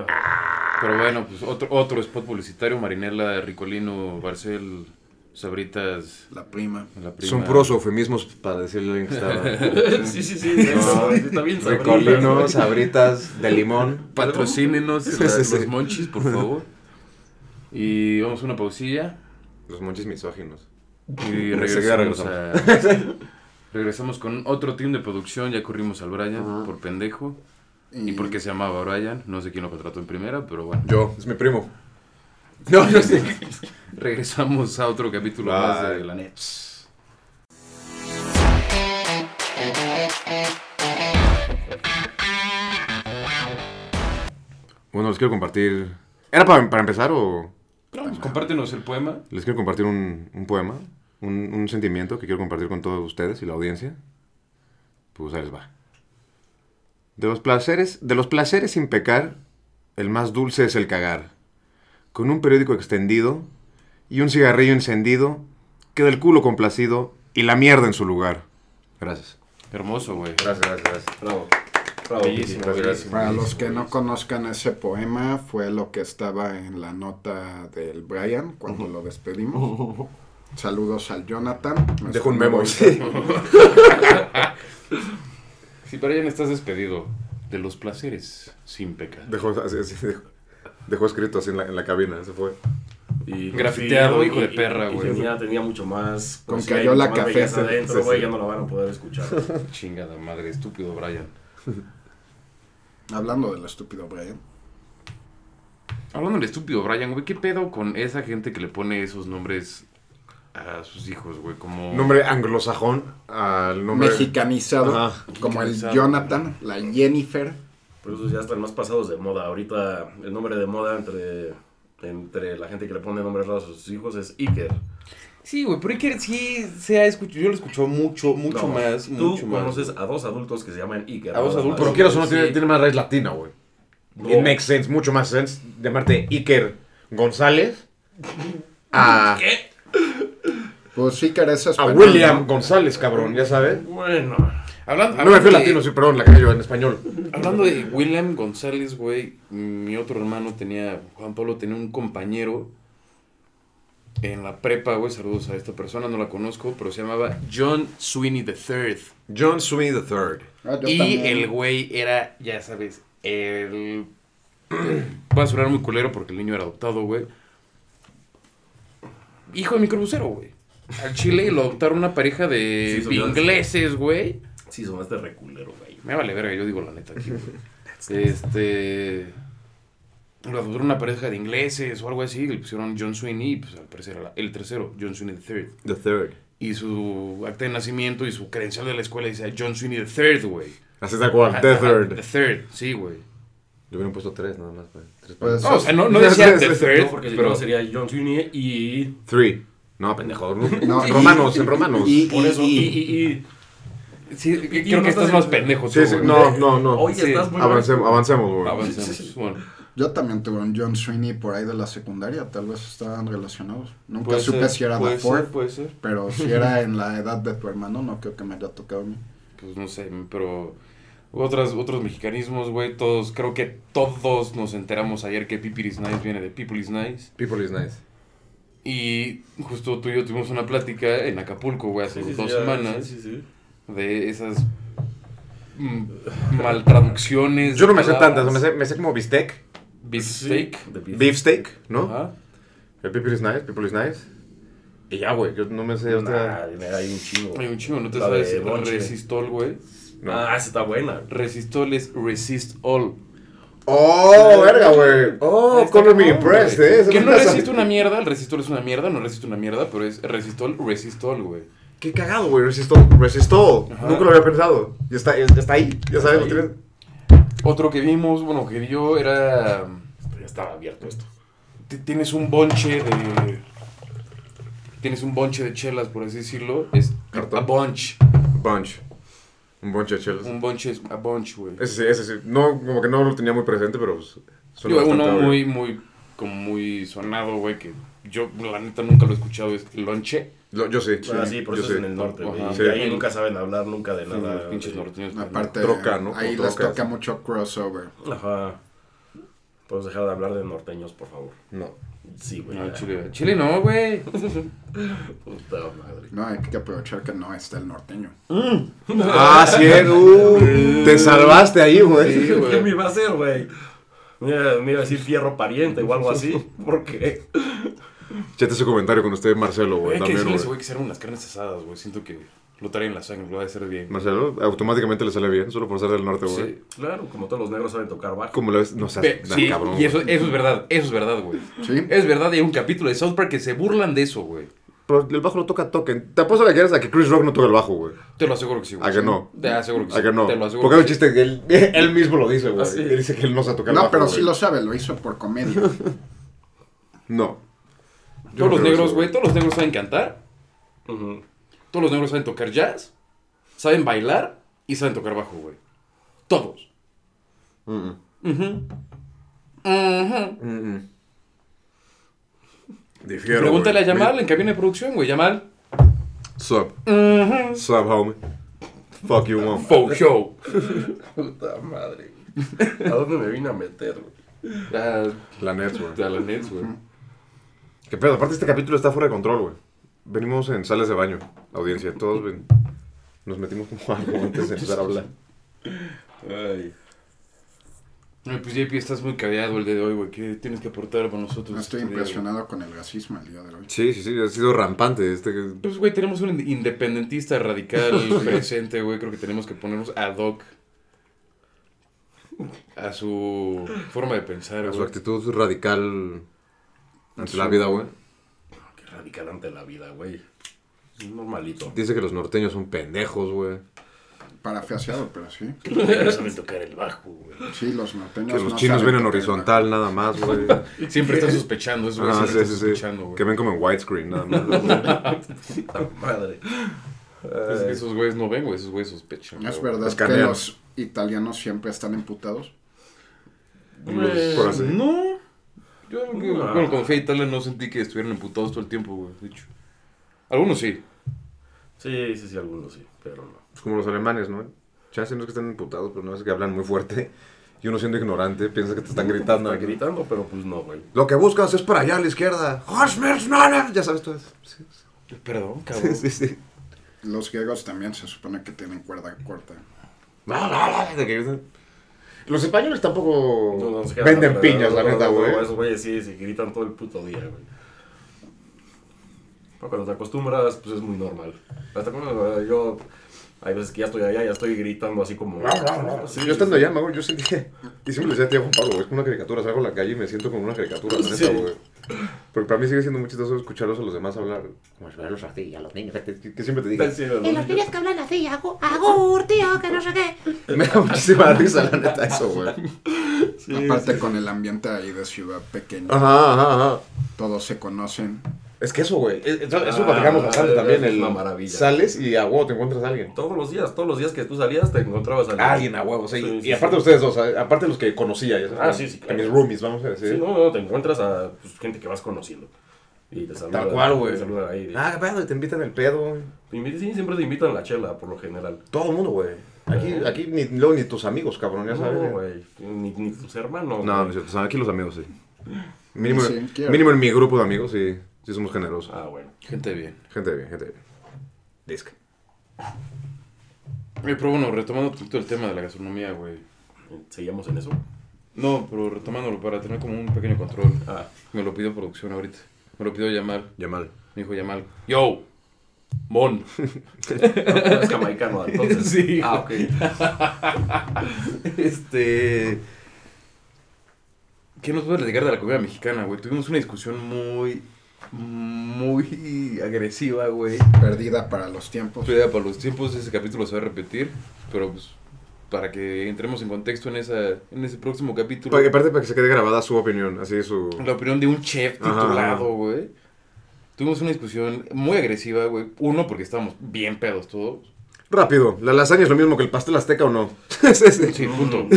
[SPEAKER 3] Ah,
[SPEAKER 4] Pero bueno, pues otro, otro spot publicitario, Marinela, Ricolino, Barcel, Sabritas,
[SPEAKER 1] La prima.
[SPEAKER 4] la prima.
[SPEAKER 6] Son puros eufemismos para decirle a alguien que (laughs) estaba.
[SPEAKER 3] (laughs) sí, sí, sí. eso, Está bien sabroso.
[SPEAKER 6] Ricolino, sabritas de limón.
[SPEAKER 4] Patrocínenos la-
[SPEAKER 6] Sí, sí.
[SPEAKER 4] los monchis, por favor. Y vamos a una pausilla
[SPEAKER 6] Los monchis misóginos.
[SPEAKER 4] y
[SPEAKER 6] (laughs) Enseguida
[SPEAKER 4] regresamos a- (laughs) Regresamos con otro team de producción, ya corrimos al Brian por pendejo. ¿Y por qué se llamaba Brian? No sé quién lo contrató en primera, pero bueno. (laughs)
[SPEAKER 6] Yo, es mi primo. No, yo sí.
[SPEAKER 4] Regresamos a otro capítulo más de
[SPEAKER 6] Bye.
[SPEAKER 4] La Net.
[SPEAKER 6] Bueno, les quiero compartir. ¿Era para, para empezar o.?
[SPEAKER 4] Pues compártenos el poema.
[SPEAKER 6] Les quiero compartir un, un poema, un, un sentimiento que quiero compartir con todos ustedes y la audiencia. Pues ahí les va. De los placeres, de los placeres sin pecar, el más dulce es el cagar. Con un periódico extendido y un cigarrillo encendido, queda el culo complacido y la mierda en su lugar. Gracias.
[SPEAKER 4] Hermoso, güey.
[SPEAKER 6] Gracias, gracias, gracias.
[SPEAKER 3] Bravo. Bravo.
[SPEAKER 4] Bellísimo,
[SPEAKER 6] Gracias, gracias.
[SPEAKER 4] bellísimo.
[SPEAKER 1] Para los que no conozcan ese poema, fue lo que estaba en la nota del Brian cuando lo despedimos. Saludos al Jonathan. nuestro
[SPEAKER 6] Dejo un memo.
[SPEAKER 1] nuevo-
[SPEAKER 6] (laughs)
[SPEAKER 4] Sí, Brian, estás despedido de los placeres sin pecar.
[SPEAKER 6] Dejó, así- así dejó- dejó escrito así en la, en la cabina, se fue.
[SPEAKER 3] Y
[SPEAKER 4] Grafiteado,
[SPEAKER 3] y-
[SPEAKER 4] hijo de
[SPEAKER 3] y-
[SPEAKER 4] perra,
[SPEAKER 3] y
[SPEAKER 4] güey.
[SPEAKER 3] Tenía, tenía mucho más.
[SPEAKER 1] Con
[SPEAKER 3] pues, sí, hay
[SPEAKER 1] Cayola
[SPEAKER 3] mucho más
[SPEAKER 1] Café,
[SPEAKER 3] belleza
[SPEAKER 1] sí,
[SPEAKER 3] adentro,
[SPEAKER 6] sí,
[SPEAKER 3] güey,
[SPEAKER 6] sí.
[SPEAKER 3] ya no lo van a poder escuchar.
[SPEAKER 4] Chingada madre, estúpido Brian.
[SPEAKER 1] Hablando del estúpido Brian.
[SPEAKER 4] Hablando del estúpido Brian, güey, ¿qué pedo con esa gente que le pone esos nombres a sus hijos, güey? Como...
[SPEAKER 6] Nombre anglosajón al nombre.
[SPEAKER 1] Mexicanizado.
[SPEAKER 6] Ajá.
[SPEAKER 1] Como el
[SPEAKER 4] Mexicanizado.
[SPEAKER 1] Jonathan, la Jennifer.
[SPEAKER 3] Pero esos ya están más pasados de moda. Ahorita el nombre de moda entre, entre la gente que le pone nombres raros a sus hijos es Iker.
[SPEAKER 4] Sí, güey, pero Iker sí se ha escuchado, yo lo escucho mucho, mucho
[SPEAKER 3] No,
[SPEAKER 4] más,
[SPEAKER 3] Tú
[SPEAKER 4] mucho más.
[SPEAKER 3] conoces a dos adultos que se llaman Iker.
[SPEAKER 4] A
[SPEAKER 3] nada
[SPEAKER 4] dos
[SPEAKER 3] más.
[SPEAKER 4] adultos.
[SPEAKER 6] Pero quieras o no,
[SPEAKER 4] Sí.
[SPEAKER 6] tiene, tiene más raíz latina, güey.
[SPEAKER 3] No.
[SPEAKER 6] It makes sense, mucho más sense llamarte Iker González a,
[SPEAKER 1] Pues sí que eres
[SPEAKER 6] a
[SPEAKER 1] español.
[SPEAKER 6] William
[SPEAKER 1] ¿no?
[SPEAKER 6] González, cabrón, ya sabes.
[SPEAKER 3] Bueno.
[SPEAKER 4] Hablando,
[SPEAKER 6] No
[SPEAKER 4] hablando
[SPEAKER 6] me refiero a
[SPEAKER 4] de-
[SPEAKER 6] latino, Ah, sí, perdón, la que yo en español.
[SPEAKER 4] Hablando de William González, güey, mi otro hermano tenía, Juan Pablo tenía un compañero en la prepa, güey, saludos a esta persona, no la conozco, pero se llamaba John Sweeney III.
[SPEAKER 6] John Sweeney III.
[SPEAKER 1] Ah, yo
[SPEAKER 4] Y
[SPEAKER 1] también.
[SPEAKER 4] el güey era, ya sabes, el... (clears throat) Va a sonar muy culero porque el niño era adoptado, güey. Hijo de microbusero, güey. Al Chile y lo adoptaron una pareja de
[SPEAKER 3] Sí, son
[SPEAKER 4] ingleses, güey.
[SPEAKER 3] Sí, sonaste reculero, güey.
[SPEAKER 4] Me vale verga, yo digo la neta
[SPEAKER 3] (laughs)
[SPEAKER 4] aquí, güey. Este. Lo adoptaron una pareja de ingleses o algo así, le pusieron John Sweeney, y, pues al parecer era el tercero, John Sweeney III.
[SPEAKER 6] The Third.
[SPEAKER 4] Y su acta de nacimiento y su credencial de la escuela dice John Sweeney III, güey.
[SPEAKER 6] Así tal cual, Ah, The
[SPEAKER 4] Ajá, The
[SPEAKER 6] Third.
[SPEAKER 4] Third, sí, güey.
[SPEAKER 6] Yo hubiera puesto tres nada más, güey. Tres
[SPEAKER 1] Pues,
[SPEAKER 6] palabras.
[SPEAKER 4] No, Oh, o sea, no, no decía The Third,
[SPEAKER 3] No, porque si
[SPEAKER 4] pero
[SPEAKER 3] no sería John Sweeney y.
[SPEAKER 6] Three. No, pendejo.
[SPEAKER 1] No,
[SPEAKER 6] No, romanos, en romanos.
[SPEAKER 1] Y,
[SPEAKER 3] Por
[SPEAKER 1] y-
[SPEAKER 3] eso. Y,
[SPEAKER 1] y-
[SPEAKER 3] y, y.
[SPEAKER 4] sí, creo
[SPEAKER 3] no
[SPEAKER 4] que estás
[SPEAKER 3] estás-
[SPEAKER 4] más pendejo, tú,
[SPEAKER 6] Sí, sí,
[SPEAKER 4] güey.
[SPEAKER 6] no, no, no.
[SPEAKER 3] Oye, estás muy.
[SPEAKER 6] Avancemos, avancemos, güey.
[SPEAKER 4] Avancemos. Bueno,
[SPEAKER 1] yo también tuve un John Sweeney por ahí de la secundaria, tal vez estaban relacionados. Nunca
[SPEAKER 4] puede
[SPEAKER 1] supe
[SPEAKER 4] ser,
[SPEAKER 1] si era
[SPEAKER 4] puede
[SPEAKER 1] de Ford,
[SPEAKER 4] ser, puede ser.
[SPEAKER 1] pero si era en la edad de tu hermano, no creo que me haya tocado a mí.
[SPEAKER 4] pues no sé, pero otras, otros mexicanismos, güey, todos, creo que todos nos enteramos ayer que People is Nice viene de People is Nice.
[SPEAKER 6] People is nice.
[SPEAKER 4] Y justo tú y yo tuvimos una plática en Acapulco, güey, hace
[SPEAKER 3] Sí, sí, sí,
[SPEAKER 4] dos
[SPEAKER 3] ya,
[SPEAKER 4] semanas,
[SPEAKER 3] Sí, sí, sí.
[SPEAKER 4] de esas mm, maltraducciones.
[SPEAKER 6] Yo no me
[SPEAKER 4] de
[SPEAKER 6] sé
[SPEAKER 4] palabras.
[SPEAKER 6] tantas, me sé, me sé como bistec,
[SPEAKER 4] Beefsteak.
[SPEAKER 3] Sí, de beef.
[SPEAKER 6] beefsteak, ¿no?
[SPEAKER 4] Ajá.
[SPEAKER 6] El people is nice, people is nice. Y ya, güey, yo no me sé
[SPEAKER 3] Nah,
[SPEAKER 6] otra.
[SPEAKER 3] hay un chingo.
[SPEAKER 4] Hay un chingo, no te
[SPEAKER 3] La de
[SPEAKER 4] sabes.
[SPEAKER 3] lonche.
[SPEAKER 4] Resistol, güey.
[SPEAKER 6] No.
[SPEAKER 3] Ah, esa está buena.
[SPEAKER 4] Resistol es resist all.
[SPEAKER 6] ¡Oh, verga, güey!
[SPEAKER 4] Ahí
[SPEAKER 6] ¡Oh,
[SPEAKER 4] está,
[SPEAKER 6] color me
[SPEAKER 4] cabrón,
[SPEAKER 6] impressed,
[SPEAKER 4] güey.
[SPEAKER 6] eh! Eso
[SPEAKER 4] Que no
[SPEAKER 6] me pasa.
[SPEAKER 4] resiste una mierda, el resistol es una mierda, no resiste una mierda, pero es resistol, resistol, güey.
[SPEAKER 6] ¡Qué cagado, güey! Resistó, resistó.
[SPEAKER 4] Ajá.
[SPEAKER 6] Nunca lo había pensado. Y está, es- está ahí, ya sabes.
[SPEAKER 4] ahí.
[SPEAKER 6] lo tienes.
[SPEAKER 4] Otro que vimos, bueno, que vio era. Ya estaba abierto esto. T- Tienes un bonche de. Tienes un bonche de chelas, por así decirlo. Es
[SPEAKER 6] Cartón.
[SPEAKER 4] a bunch.
[SPEAKER 6] Bunch. Un bunch de
[SPEAKER 3] Pues-
[SPEAKER 6] chelas.
[SPEAKER 4] Un bonche es a bunch, güey.
[SPEAKER 6] Ese sí, ese sí. No, como que no lo tenía muy presente, pero. pues, suena
[SPEAKER 4] Digo, Uno
[SPEAKER 6] bastante,
[SPEAKER 4] muy, muy, como muy sonado, güey, que yo la neta nunca lo he escuchado, es lonche.
[SPEAKER 6] Lo- yo sí.
[SPEAKER 3] Ah, sí, por
[SPEAKER 6] yo
[SPEAKER 3] eso
[SPEAKER 6] sí.
[SPEAKER 3] es en el norte, güey.
[SPEAKER 4] Ajá.
[SPEAKER 3] Y ahí
[SPEAKER 4] Sí.
[SPEAKER 3] nunca saben hablar nunca de
[SPEAKER 4] Sí,
[SPEAKER 3] nada.
[SPEAKER 4] los pinches
[SPEAKER 3] güey.
[SPEAKER 4] norteños.
[SPEAKER 1] Aparte,
[SPEAKER 6] Troca, ¿no?
[SPEAKER 1] ahí
[SPEAKER 6] Como
[SPEAKER 1] les
[SPEAKER 6] trocas.
[SPEAKER 1] toca mucho crossover.
[SPEAKER 3] Ajá. Podemos dejar de hablar de norteños, por favor.
[SPEAKER 6] No.
[SPEAKER 3] Sí, güey.
[SPEAKER 4] No,
[SPEAKER 3] ya.
[SPEAKER 4] Ah, Chile, Chile no, güey.
[SPEAKER 3] Puta madre.
[SPEAKER 1] No, hay que aprovechar que no está el norteño.
[SPEAKER 6] Ah, sí,
[SPEAKER 4] (laughs)
[SPEAKER 6] eh, uh, te salvaste ahí, güey.
[SPEAKER 4] Sí,
[SPEAKER 3] (laughs) ¿Qué me
[SPEAKER 4] güey.
[SPEAKER 3] iba a hacer, güey? Mira, Me iba a decir fierro pariente o algo
[SPEAKER 4] (laughs)
[SPEAKER 3] así. ¿Por qué?
[SPEAKER 6] Chete ese comentario con usted, Marcelo,
[SPEAKER 4] Hay
[SPEAKER 6] güey.
[SPEAKER 4] que
[SPEAKER 6] También,
[SPEAKER 4] decirle a ese
[SPEAKER 6] Eh, güey.
[SPEAKER 4] güey que se hagan unas carnes asadas, güey. Siento que lo traen en la sangre, lo va a hacer bien.
[SPEAKER 6] Marcelo automáticamente le sale bien, solo por ser del norte, güey.
[SPEAKER 4] Sí.
[SPEAKER 3] Claro, como todos los negros saben tocar bajo.
[SPEAKER 6] Como lo ves, no
[SPEAKER 4] Pe-
[SPEAKER 6] seas tan
[SPEAKER 4] sí,
[SPEAKER 6] cabrón.
[SPEAKER 4] y eso,
[SPEAKER 6] güey.
[SPEAKER 4] eso es verdad, eso es verdad, güey.
[SPEAKER 1] ¿Sí?
[SPEAKER 4] Es verdad, y hay un capítulo de South Park que se burlan de eso, güey.
[SPEAKER 6] Pero el bajo lo toca toquen. Te apuesto a que quieras a que Chris Rock no toca el bajo, güey.
[SPEAKER 4] Te lo aseguro que sí, güey.
[SPEAKER 6] A Ah, que no.
[SPEAKER 4] Te aseguro que sí.
[SPEAKER 6] A que no.
[SPEAKER 4] Te lo aseguro.
[SPEAKER 6] Porque hay un
[SPEAKER 4] que sí.
[SPEAKER 6] chiste que él, (laughs) él mismo lo dice, güey.
[SPEAKER 3] Ah, sí.
[SPEAKER 6] Él dice que él no sabe tocar el
[SPEAKER 1] No,
[SPEAKER 6] bajo,
[SPEAKER 1] pero
[SPEAKER 6] güey.
[SPEAKER 1] sí lo sabe, lo hizo por comedia.
[SPEAKER 4] (laughs)
[SPEAKER 6] No. Yo
[SPEAKER 4] Todos los
[SPEAKER 6] creo
[SPEAKER 4] negros,
[SPEAKER 6] eso,
[SPEAKER 4] güey, todos los negros saben cantar,
[SPEAKER 3] Ujú.
[SPEAKER 4] todos los negros saben tocar jazz, saben bailar y saben tocar bajo, güey. Todos.
[SPEAKER 6] Mm,
[SPEAKER 4] Ujú. Ujú.
[SPEAKER 6] mm, mm. Difiero,
[SPEAKER 4] Pregúntale a
[SPEAKER 6] güey.
[SPEAKER 4] Yamal en cabina de producción, güey. Yamal.
[SPEAKER 6] Sup. Sup, homie. Fuck you, mom.
[SPEAKER 4] Faux show.
[SPEAKER 3] Puta madre. ¿A dónde me vine a meter, güey?
[SPEAKER 4] Ah,
[SPEAKER 6] La net, güey.
[SPEAKER 4] a la Nets, güey.
[SPEAKER 6] Que pedo, aparte este capítulo está fuera de control, güey. Venimos en salas de baño, audiencia, todos ven. Nos metimos como algo antes de empezar a hablar.
[SPEAKER 3] Ay.
[SPEAKER 4] Ay, Pues JP, estás muy callado el día de hoy, güey. ¿Qué tienes que aportar para nosotros?
[SPEAKER 1] Estoy
[SPEAKER 4] este día,
[SPEAKER 1] impresionado con el gasismo el día de hoy.
[SPEAKER 6] Sí, sí, sí, ha sido rampante este.
[SPEAKER 4] güey? Pues, güey, tenemos un ind- independentista
[SPEAKER 6] (laughs)
[SPEAKER 4] radical presente, güey. Creo que tenemos que ponernos ad hoc a su forma de pensar,
[SPEAKER 6] Su
[SPEAKER 4] güey.
[SPEAKER 6] actitud radical ante la vida, güey.
[SPEAKER 3] Qué radical ante la vida, güey. Es Normalito. (laughs)
[SPEAKER 6] Dice que los norteños son pendejos, güey.
[SPEAKER 1] Parafraseado, pero sí.
[SPEAKER 8] Que los negros saben tocar el bajo, güey.
[SPEAKER 1] Sí, los norteños.
[SPEAKER 6] Que los
[SPEAKER 1] no
[SPEAKER 6] chinos
[SPEAKER 1] saben
[SPEAKER 6] ven en
[SPEAKER 1] tocar el
[SPEAKER 6] horizontal nada
[SPEAKER 4] (laughs)
[SPEAKER 6] más, güey.
[SPEAKER 4] Siempre están sospechando, eso, güey.
[SPEAKER 6] Ah,
[SPEAKER 4] siempre
[SPEAKER 6] sí,
[SPEAKER 4] están
[SPEAKER 6] sí, sí.
[SPEAKER 4] sospechando, güey.
[SPEAKER 6] Que ven como en widescreen
[SPEAKER 4] (laughs)
[SPEAKER 6] nada más.
[SPEAKER 3] Puta madre. Eh,
[SPEAKER 4] Es que esos güeyes no ven, güey. Esos güeyes sospechan.
[SPEAKER 1] bajo. Es
[SPEAKER 4] güey.
[SPEAKER 1] verdad que
[SPEAKER 6] Escanean.
[SPEAKER 1] los italianos siempre están emputados.
[SPEAKER 4] Pues,
[SPEAKER 6] por así.
[SPEAKER 4] No. Yo, yo-
[SPEAKER 3] No.
[SPEAKER 4] bueno, cuando fui a Italia no sentí que estuvieran emputados todo el tiempo, güey. De hecho. Algunos sí.
[SPEAKER 3] Sí, sí, sí, algunos sí, pero no.
[SPEAKER 6] Es como los alemanes, ¿no? Chance no es que estén imputados, pero no es que hablan muy fuerte. Y uno siendo ignorante piensa que te
[SPEAKER 4] (laughs)
[SPEAKER 6] están gritando.
[SPEAKER 3] Está gritando, pero pues no, güey.
[SPEAKER 6] Lo que buscas es para allá a la izquierda. ¡Hosmersnana! Ya sabes todo eso. Sí,
[SPEAKER 4] Perdón, cabrón.
[SPEAKER 6] sí, sí. sí.
[SPEAKER 1] Los griegos también se supone que tienen cuerda corta.
[SPEAKER 6] Bla, bla, bla, de que gritan. Los españoles tampoco
[SPEAKER 3] No, no, se quedan
[SPEAKER 6] venden
[SPEAKER 3] atrás,
[SPEAKER 6] piñas, la
[SPEAKER 3] no,
[SPEAKER 6] neta,
[SPEAKER 3] no, no,
[SPEAKER 6] güey.
[SPEAKER 3] Esos güeyes sí, sí, gritan todo el puto día, güey. Pero cuando te acostumbras, pues es muy normal. Hasta cuando eh, yo. Hay veces que ya estoy allá, ya estoy gritando así como. Sí,
[SPEAKER 6] yo estando allá, mago, yo sentí que... (laughs) Y siempre le decía a tía Juan Pablo, güey, es como una caricatura. Salgo a la calle y me siento como una caricatura, la neta,
[SPEAKER 3] Sí.
[SPEAKER 6] güey. Porque para mí sigue siendo muy chistoso escucharlos a los demás hablar.
[SPEAKER 7] Como si fueran los así, a los niños.
[SPEAKER 6] Que, que siempre te digan.
[SPEAKER 3] Están siendo los
[SPEAKER 9] Y los
[SPEAKER 3] niños.
[SPEAKER 9] niños que hablan así, hago, hago, tío, que no sé qué.
[SPEAKER 6] Me
[SPEAKER 3] (laughs)
[SPEAKER 6] da (laughs) muchísima risa, la neta, eso, güey.
[SPEAKER 1] Aparte con el ambiente ahí de ciudad pequeña.
[SPEAKER 6] Ajá, ajá, ajá.
[SPEAKER 1] Todos se conocen.
[SPEAKER 6] Es que eso, güey. es- Eso, eso
[SPEAKER 3] Ah,
[SPEAKER 6] platicamos bastante
[SPEAKER 3] es
[SPEAKER 6] también.
[SPEAKER 3] una
[SPEAKER 6] El,
[SPEAKER 3] maravilla.
[SPEAKER 6] Sales y a huevo te encuentras a alguien.
[SPEAKER 3] Todos los días, todos los días que tú salías te encontrabas a alguien.
[SPEAKER 6] Alguien a huevo, sí.
[SPEAKER 3] Sí,
[SPEAKER 6] y
[SPEAKER 3] sí,
[SPEAKER 6] aparte
[SPEAKER 3] sí.
[SPEAKER 6] de ustedes dos, a- aparte de los que conocía. ya sabes,
[SPEAKER 3] Ah,
[SPEAKER 6] ¿no?
[SPEAKER 3] sí, sí,
[SPEAKER 6] A
[SPEAKER 3] claro.
[SPEAKER 6] mis roomies, vamos a decir.
[SPEAKER 3] Sí, no, no, te encuentras a pues, gente que vas conociendo. Y te saludan.
[SPEAKER 6] Tal cual, güey.
[SPEAKER 3] Te saludan ahí.
[SPEAKER 6] Ah, qué pedo, y te invitan el pedo, güey.
[SPEAKER 3] Te invi- sí, siempre te invitan a la chela, por lo general.
[SPEAKER 6] Todo el mundo, güey. Aquí, aquí ni, luego ni tus amigos, cabrón, ya sabes.
[SPEAKER 3] No,
[SPEAKER 6] güey.
[SPEAKER 3] güey. Ni, ni tus hermanos.
[SPEAKER 6] No, no es
[SPEAKER 3] güey.
[SPEAKER 6] cierto. o sea, aquí los amigos, sí. Mínimo,
[SPEAKER 1] Sí, quiero.
[SPEAKER 6] mínimo en mi grupo de amigos, sí. Sí somos generosos.
[SPEAKER 3] Ah, bueno.
[SPEAKER 4] Gente bien.
[SPEAKER 6] Gente de bien, gente de bien. Disque.
[SPEAKER 4] Oye, pero bueno, retomando un poquito el tema de la gastronomía, güey.
[SPEAKER 3] ¿Seguíamos en eso?
[SPEAKER 4] No, pero retomándolo para tener como un pequeño control.
[SPEAKER 3] Ah.
[SPEAKER 4] Me lo pidió producción ahorita. Me lo pidió Yamal.
[SPEAKER 6] Yamal.
[SPEAKER 4] Me dijo Yamal. Yo.
[SPEAKER 6] (laughs)
[SPEAKER 4] Mon.
[SPEAKER 3] No, es jamaicano, entonces.
[SPEAKER 4] Sí.
[SPEAKER 3] Ah,
[SPEAKER 6] (laughs)
[SPEAKER 3] ok.
[SPEAKER 4] Este. ¿Qué nos puede platicar de la comida mexicana, güey? Tuvimos una discusión muy. Muy agresiva, güey.
[SPEAKER 1] Perdida para los tiempos.
[SPEAKER 4] Pero ya para los tiempos ese capítulo se va a repetir. Pero pues. Para que entremos en contexto en, esa, en ese próximo capítulo.
[SPEAKER 6] Para que, aparte, para que se quede grabada su opinión, así su...
[SPEAKER 4] la opinión de un chef
[SPEAKER 6] Ajá.
[SPEAKER 4] titulado, güey. Tuvimos una discusión muy agresiva, güey. Uno, porque estábamos bien pedos todos.
[SPEAKER 6] Rápido, ¿la lasaña es lo mismo que el pastel azteca o no? (laughs)
[SPEAKER 4] Sí,
[SPEAKER 6] Mm.
[SPEAKER 4] punto.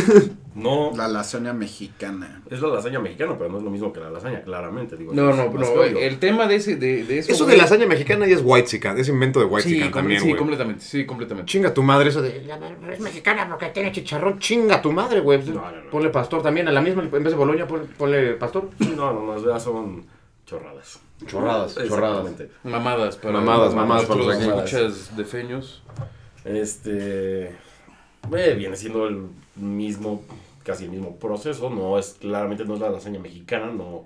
[SPEAKER 3] No.
[SPEAKER 1] La lasaña mexicana.
[SPEAKER 3] Es la lasaña mexicana, pero no es lo mismo que la lasaña, claramente. Digo,
[SPEAKER 4] No,
[SPEAKER 3] es
[SPEAKER 4] no,
[SPEAKER 3] más
[SPEAKER 4] no.
[SPEAKER 3] código.
[SPEAKER 4] El tema de ese, de, de eso.
[SPEAKER 6] Eso de
[SPEAKER 4] güey,
[SPEAKER 6] lasaña mexicana ya es white es invento de white
[SPEAKER 4] Sí, com-
[SPEAKER 6] también,
[SPEAKER 4] sí,
[SPEAKER 6] güey.
[SPEAKER 4] completamente, sí, completamente.
[SPEAKER 6] Chinga tu madre eso de...
[SPEAKER 7] La- la- Es mexicana porque tiene chicharrón. Chinga tu madre, güey. Ponle pastor también. A la misma, en vez de Boloña, pon- ponle pastor.
[SPEAKER 3] No, no, no, ya son chorradas.
[SPEAKER 6] Chorradas, chorradas.
[SPEAKER 3] Exactamente.
[SPEAKER 4] Mamadas para
[SPEAKER 6] Mamadas, mamadas para los
[SPEAKER 4] nuestros
[SPEAKER 6] aquí.
[SPEAKER 4] escuchas de feños.
[SPEAKER 3] Este. eh, viene siendo el mismo, casi el mismo proceso. No es, claramente no es la lasaña mexicana, no.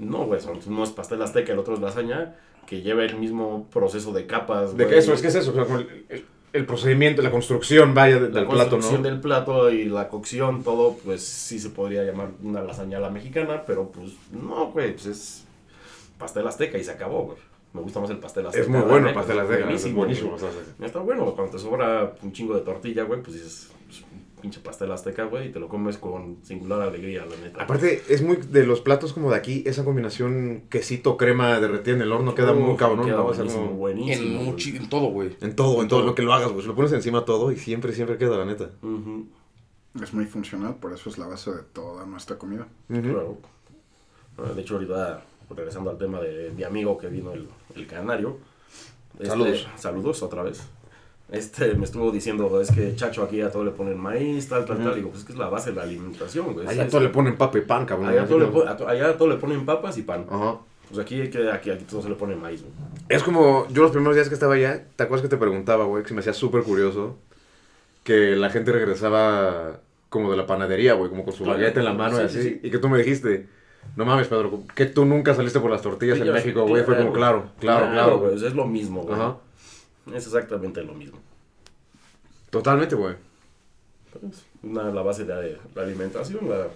[SPEAKER 3] No, güey, son- no es pastel azteca, el otro es lasaña, que lleva el mismo proceso de capas.
[SPEAKER 6] De
[SPEAKER 3] güey.
[SPEAKER 6] que eso, es que es eso. o sea, como el, el- el procedimiento, la construcción, vaya, de-
[SPEAKER 3] La
[SPEAKER 6] del plato,
[SPEAKER 3] construcción
[SPEAKER 6] ¿no?
[SPEAKER 3] del plato y la cocción, todo, pues sí se podría llamar una lasaña a la mexicana, pero pues no, güey, pues es pastel azteca y se acabó, güey. Me gusta más el pastel azteca.
[SPEAKER 6] Es muy
[SPEAKER 3] la
[SPEAKER 6] bueno el
[SPEAKER 3] neta,
[SPEAKER 6] pastel azteca, es
[SPEAKER 3] buenísimo,
[SPEAKER 6] buenísimo.
[SPEAKER 3] güey.
[SPEAKER 6] el pastel azteca.
[SPEAKER 3] Ya está bueno, cuando te sobra un chingo de tortilla, güey, pues dices, pues, un pinche pastel azteca, güey, y te lo comes con singular alegría, la neta.
[SPEAKER 6] Aparte, es muy de los platos como de aquí, esa combinación quesito-crema derretida en el horno queda
[SPEAKER 3] Uf,
[SPEAKER 6] muy cabrón,
[SPEAKER 3] queda
[SPEAKER 6] ¿no? O sea,
[SPEAKER 3] buenísimo,
[SPEAKER 6] como-
[SPEAKER 4] En,
[SPEAKER 3] buenísimo. güey.
[SPEAKER 4] muchi- en todo, güey.
[SPEAKER 6] En todo, en todo lo que lo hagas, güey. Se lo pones encima todo y siempre, siempre queda, la neta.
[SPEAKER 3] Ujú,
[SPEAKER 1] Es muy funcional, por eso es la base de toda nuestra comida.
[SPEAKER 3] claro. Ah, De hecho, ahorita, regresando al tema de mi amigo que vino el, el canario. este,
[SPEAKER 6] Saludos.
[SPEAKER 3] Saludos otra vez. Este me estuvo diciendo, es que Chacho aquí a todo le ponen maíz, tal, tal, tal. Digo, pues es que es la base de la alimentación, güey.
[SPEAKER 6] Allá
[SPEAKER 3] Es-
[SPEAKER 6] todo le ponen papa y pan, cabrón.
[SPEAKER 3] allá
[SPEAKER 6] Así
[SPEAKER 3] todo le
[SPEAKER 6] que-
[SPEAKER 3] pon- a to- allá a todo le ponen papas y pan.
[SPEAKER 6] Ajá.
[SPEAKER 3] Pues aquí, que- aquí, aquí todo se le pone maíz, güey.
[SPEAKER 6] Es como, yo los primeros días que estaba allá, ¿te acuerdas que te preguntaba, güey? Que se me hacía súper curioso que la gente regresaba como de la panadería, güey, como con su
[SPEAKER 3] Claro.
[SPEAKER 6] bagueta en la mano y
[SPEAKER 3] Sí,
[SPEAKER 6] así.
[SPEAKER 3] sí,
[SPEAKER 6] Y que tú me dijiste, no mames, Pedro, que tú nunca saliste por las tortillas en
[SPEAKER 3] Ellos-
[SPEAKER 6] México, güey. Fue como, claro, claro, claro, güey.
[SPEAKER 3] pues Es lo mismo, güey.
[SPEAKER 6] Ajá.
[SPEAKER 3] Es exactamente lo mismo.
[SPEAKER 6] Totalmente, güey.
[SPEAKER 3] Pues, una, la base de la alimentación, la-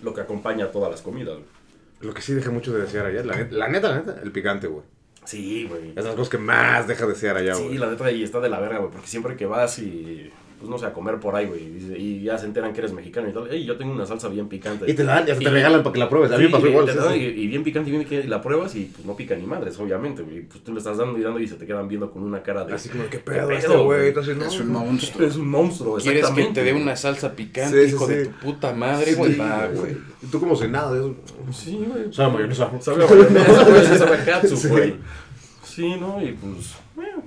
[SPEAKER 3] lo que acompaña a todas las comidas, güey.
[SPEAKER 6] Lo que sí deja mucho de desear allá, la neta, la neta, la neta, el picante, güey.
[SPEAKER 3] Sí, güey.
[SPEAKER 6] Es de las cosas que más deja de desear allá,
[SPEAKER 3] Sí,
[SPEAKER 6] güey.
[SPEAKER 3] la neta, y está de la verga, güey, porque siempre que vas y, pues no sé, a comer por ahí, güey, y dice- y ya se enteran que eres mexicano y tal, ey, yo tengo una salsa bien picante.
[SPEAKER 6] Y te la dan, ya te regalan para que la pruebes. A mí
[SPEAKER 3] Sí,
[SPEAKER 6] me pasó
[SPEAKER 3] güey,
[SPEAKER 6] igual.
[SPEAKER 3] te
[SPEAKER 6] sí,
[SPEAKER 3] la dan
[SPEAKER 6] sí.
[SPEAKER 3] y, y bien picante, y bien que la pruebas y pues no pica ni madres, obviamente, güey, pues tú le estás dando y dando y se te quedan viendo con una cara de...
[SPEAKER 6] Así como, ¿qué pedo
[SPEAKER 3] pedo,
[SPEAKER 6] este, güey?
[SPEAKER 3] güey?
[SPEAKER 6] Entonces, no,
[SPEAKER 1] Es
[SPEAKER 6] no.
[SPEAKER 1] un monstruo.
[SPEAKER 3] Es un monstruo,
[SPEAKER 4] ¿Quieres que
[SPEAKER 3] exactamente,
[SPEAKER 4] te dé
[SPEAKER 3] güey.
[SPEAKER 4] una salsa picante,
[SPEAKER 6] Sí, sí,
[SPEAKER 4] hijo de
[SPEAKER 6] sí.
[SPEAKER 4] tu puta madre, güey?
[SPEAKER 6] Sí,
[SPEAKER 4] Va, güey.
[SPEAKER 6] Y tú como si nada de eso.
[SPEAKER 3] Sí, güey.
[SPEAKER 6] Sabe mayonesa.
[SPEAKER 3] Sabe a mayonesa, güey, sí sabe a catsup,
[SPEAKER 6] Sí.
[SPEAKER 3] güey. Sí, ¿no? Y pues, bueno,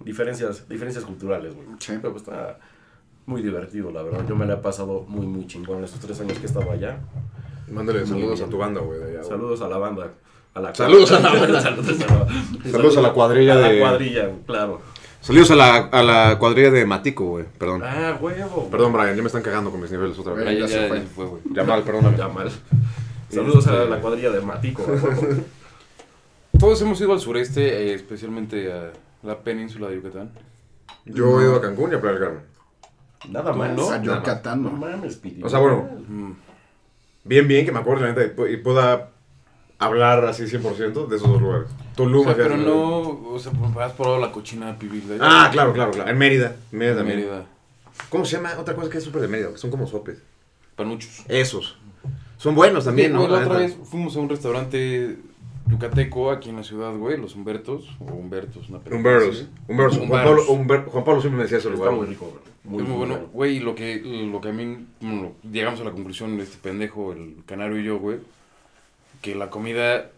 [SPEAKER 3] diferencias, diferencias culturales, güey.
[SPEAKER 1] Sí.
[SPEAKER 3] Pero pues, está muy divertido, la verdad. Yo me la he pasado muy, muy chingón en estos tres años que he estado allá.
[SPEAKER 6] Mándale
[SPEAKER 3] Muy
[SPEAKER 6] saludos
[SPEAKER 3] bien.
[SPEAKER 6] a tu banda, güey, de allá, güey.
[SPEAKER 3] Saludos a la banda. A la
[SPEAKER 6] Saludos a la banda.
[SPEAKER 3] (laughs) Saludos a la,
[SPEAKER 6] Saludos a la cuadrilla
[SPEAKER 3] a la
[SPEAKER 6] de-
[SPEAKER 3] cuadrilla, claro.
[SPEAKER 6] Saludos a la, a la cuadrilla de Matico, güey. Perdón.
[SPEAKER 3] Ah, huevo.
[SPEAKER 6] Perdón, Brian, ya me están cagando con mis niveles otra
[SPEAKER 4] Ahí
[SPEAKER 6] vez.
[SPEAKER 4] ya,
[SPEAKER 1] ya se
[SPEAKER 4] ya
[SPEAKER 1] fue.
[SPEAKER 4] se fue, güey.
[SPEAKER 6] Ya mal, perdóname.
[SPEAKER 3] Ya mal. Saludos a la cuadrilla de Matico. a huevo.
[SPEAKER 4] Todos hemos ido al sureste, eh, especialmente a la península de Yucatán.
[SPEAKER 6] Yo he ido a Cancún y a Playa del Carmen.
[SPEAKER 3] Nada más.
[SPEAKER 1] A
[SPEAKER 3] No,
[SPEAKER 1] Yucatán, ¿no?
[SPEAKER 3] mames, Piti.
[SPEAKER 6] O sea, bueno,
[SPEAKER 4] Mm.
[SPEAKER 6] bien, bien que me acuerdo, la neta, y pu- y pueda hablar así 100% de esos dos lugares. Tulum,
[SPEAKER 4] O sea,
[SPEAKER 6] acá,
[SPEAKER 4] pero
[SPEAKER 6] ¿no?
[SPEAKER 4] no, o sea, has probado la cochina pibil de
[SPEAKER 6] Ah, claro, claro, claro. En Mérida. En Mérida también.
[SPEAKER 4] Mérida.
[SPEAKER 6] ¿Cómo se llama? Otra cosa que es súper de Mérida, que son como sopes.
[SPEAKER 4] Panuchos.
[SPEAKER 6] Esos. Son buenos también,
[SPEAKER 4] Sí,
[SPEAKER 6] ¿no?
[SPEAKER 4] güey, Pues la
[SPEAKER 6] La
[SPEAKER 4] otra vez
[SPEAKER 6] neta.
[SPEAKER 4] fuimos a un restaurante yucateco aquí en la ciudad, güey, los Humbertos, o Humbertos, una película
[SPEAKER 6] Humbertos.
[SPEAKER 4] así.
[SPEAKER 6] Humbertos. Juan Pablo,
[SPEAKER 4] Humbertos.
[SPEAKER 6] Humber- Juan Pablo siempre me decía ese
[SPEAKER 3] Está
[SPEAKER 6] lugar.
[SPEAKER 3] muy
[SPEAKER 6] güey.
[SPEAKER 3] rico, güey.
[SPEAKER 4] es muy bueno, güey, y lo que, lo que a mí, bueno, llegamos a la conclusión, este pendejo, el canario y yo, güey, que la comida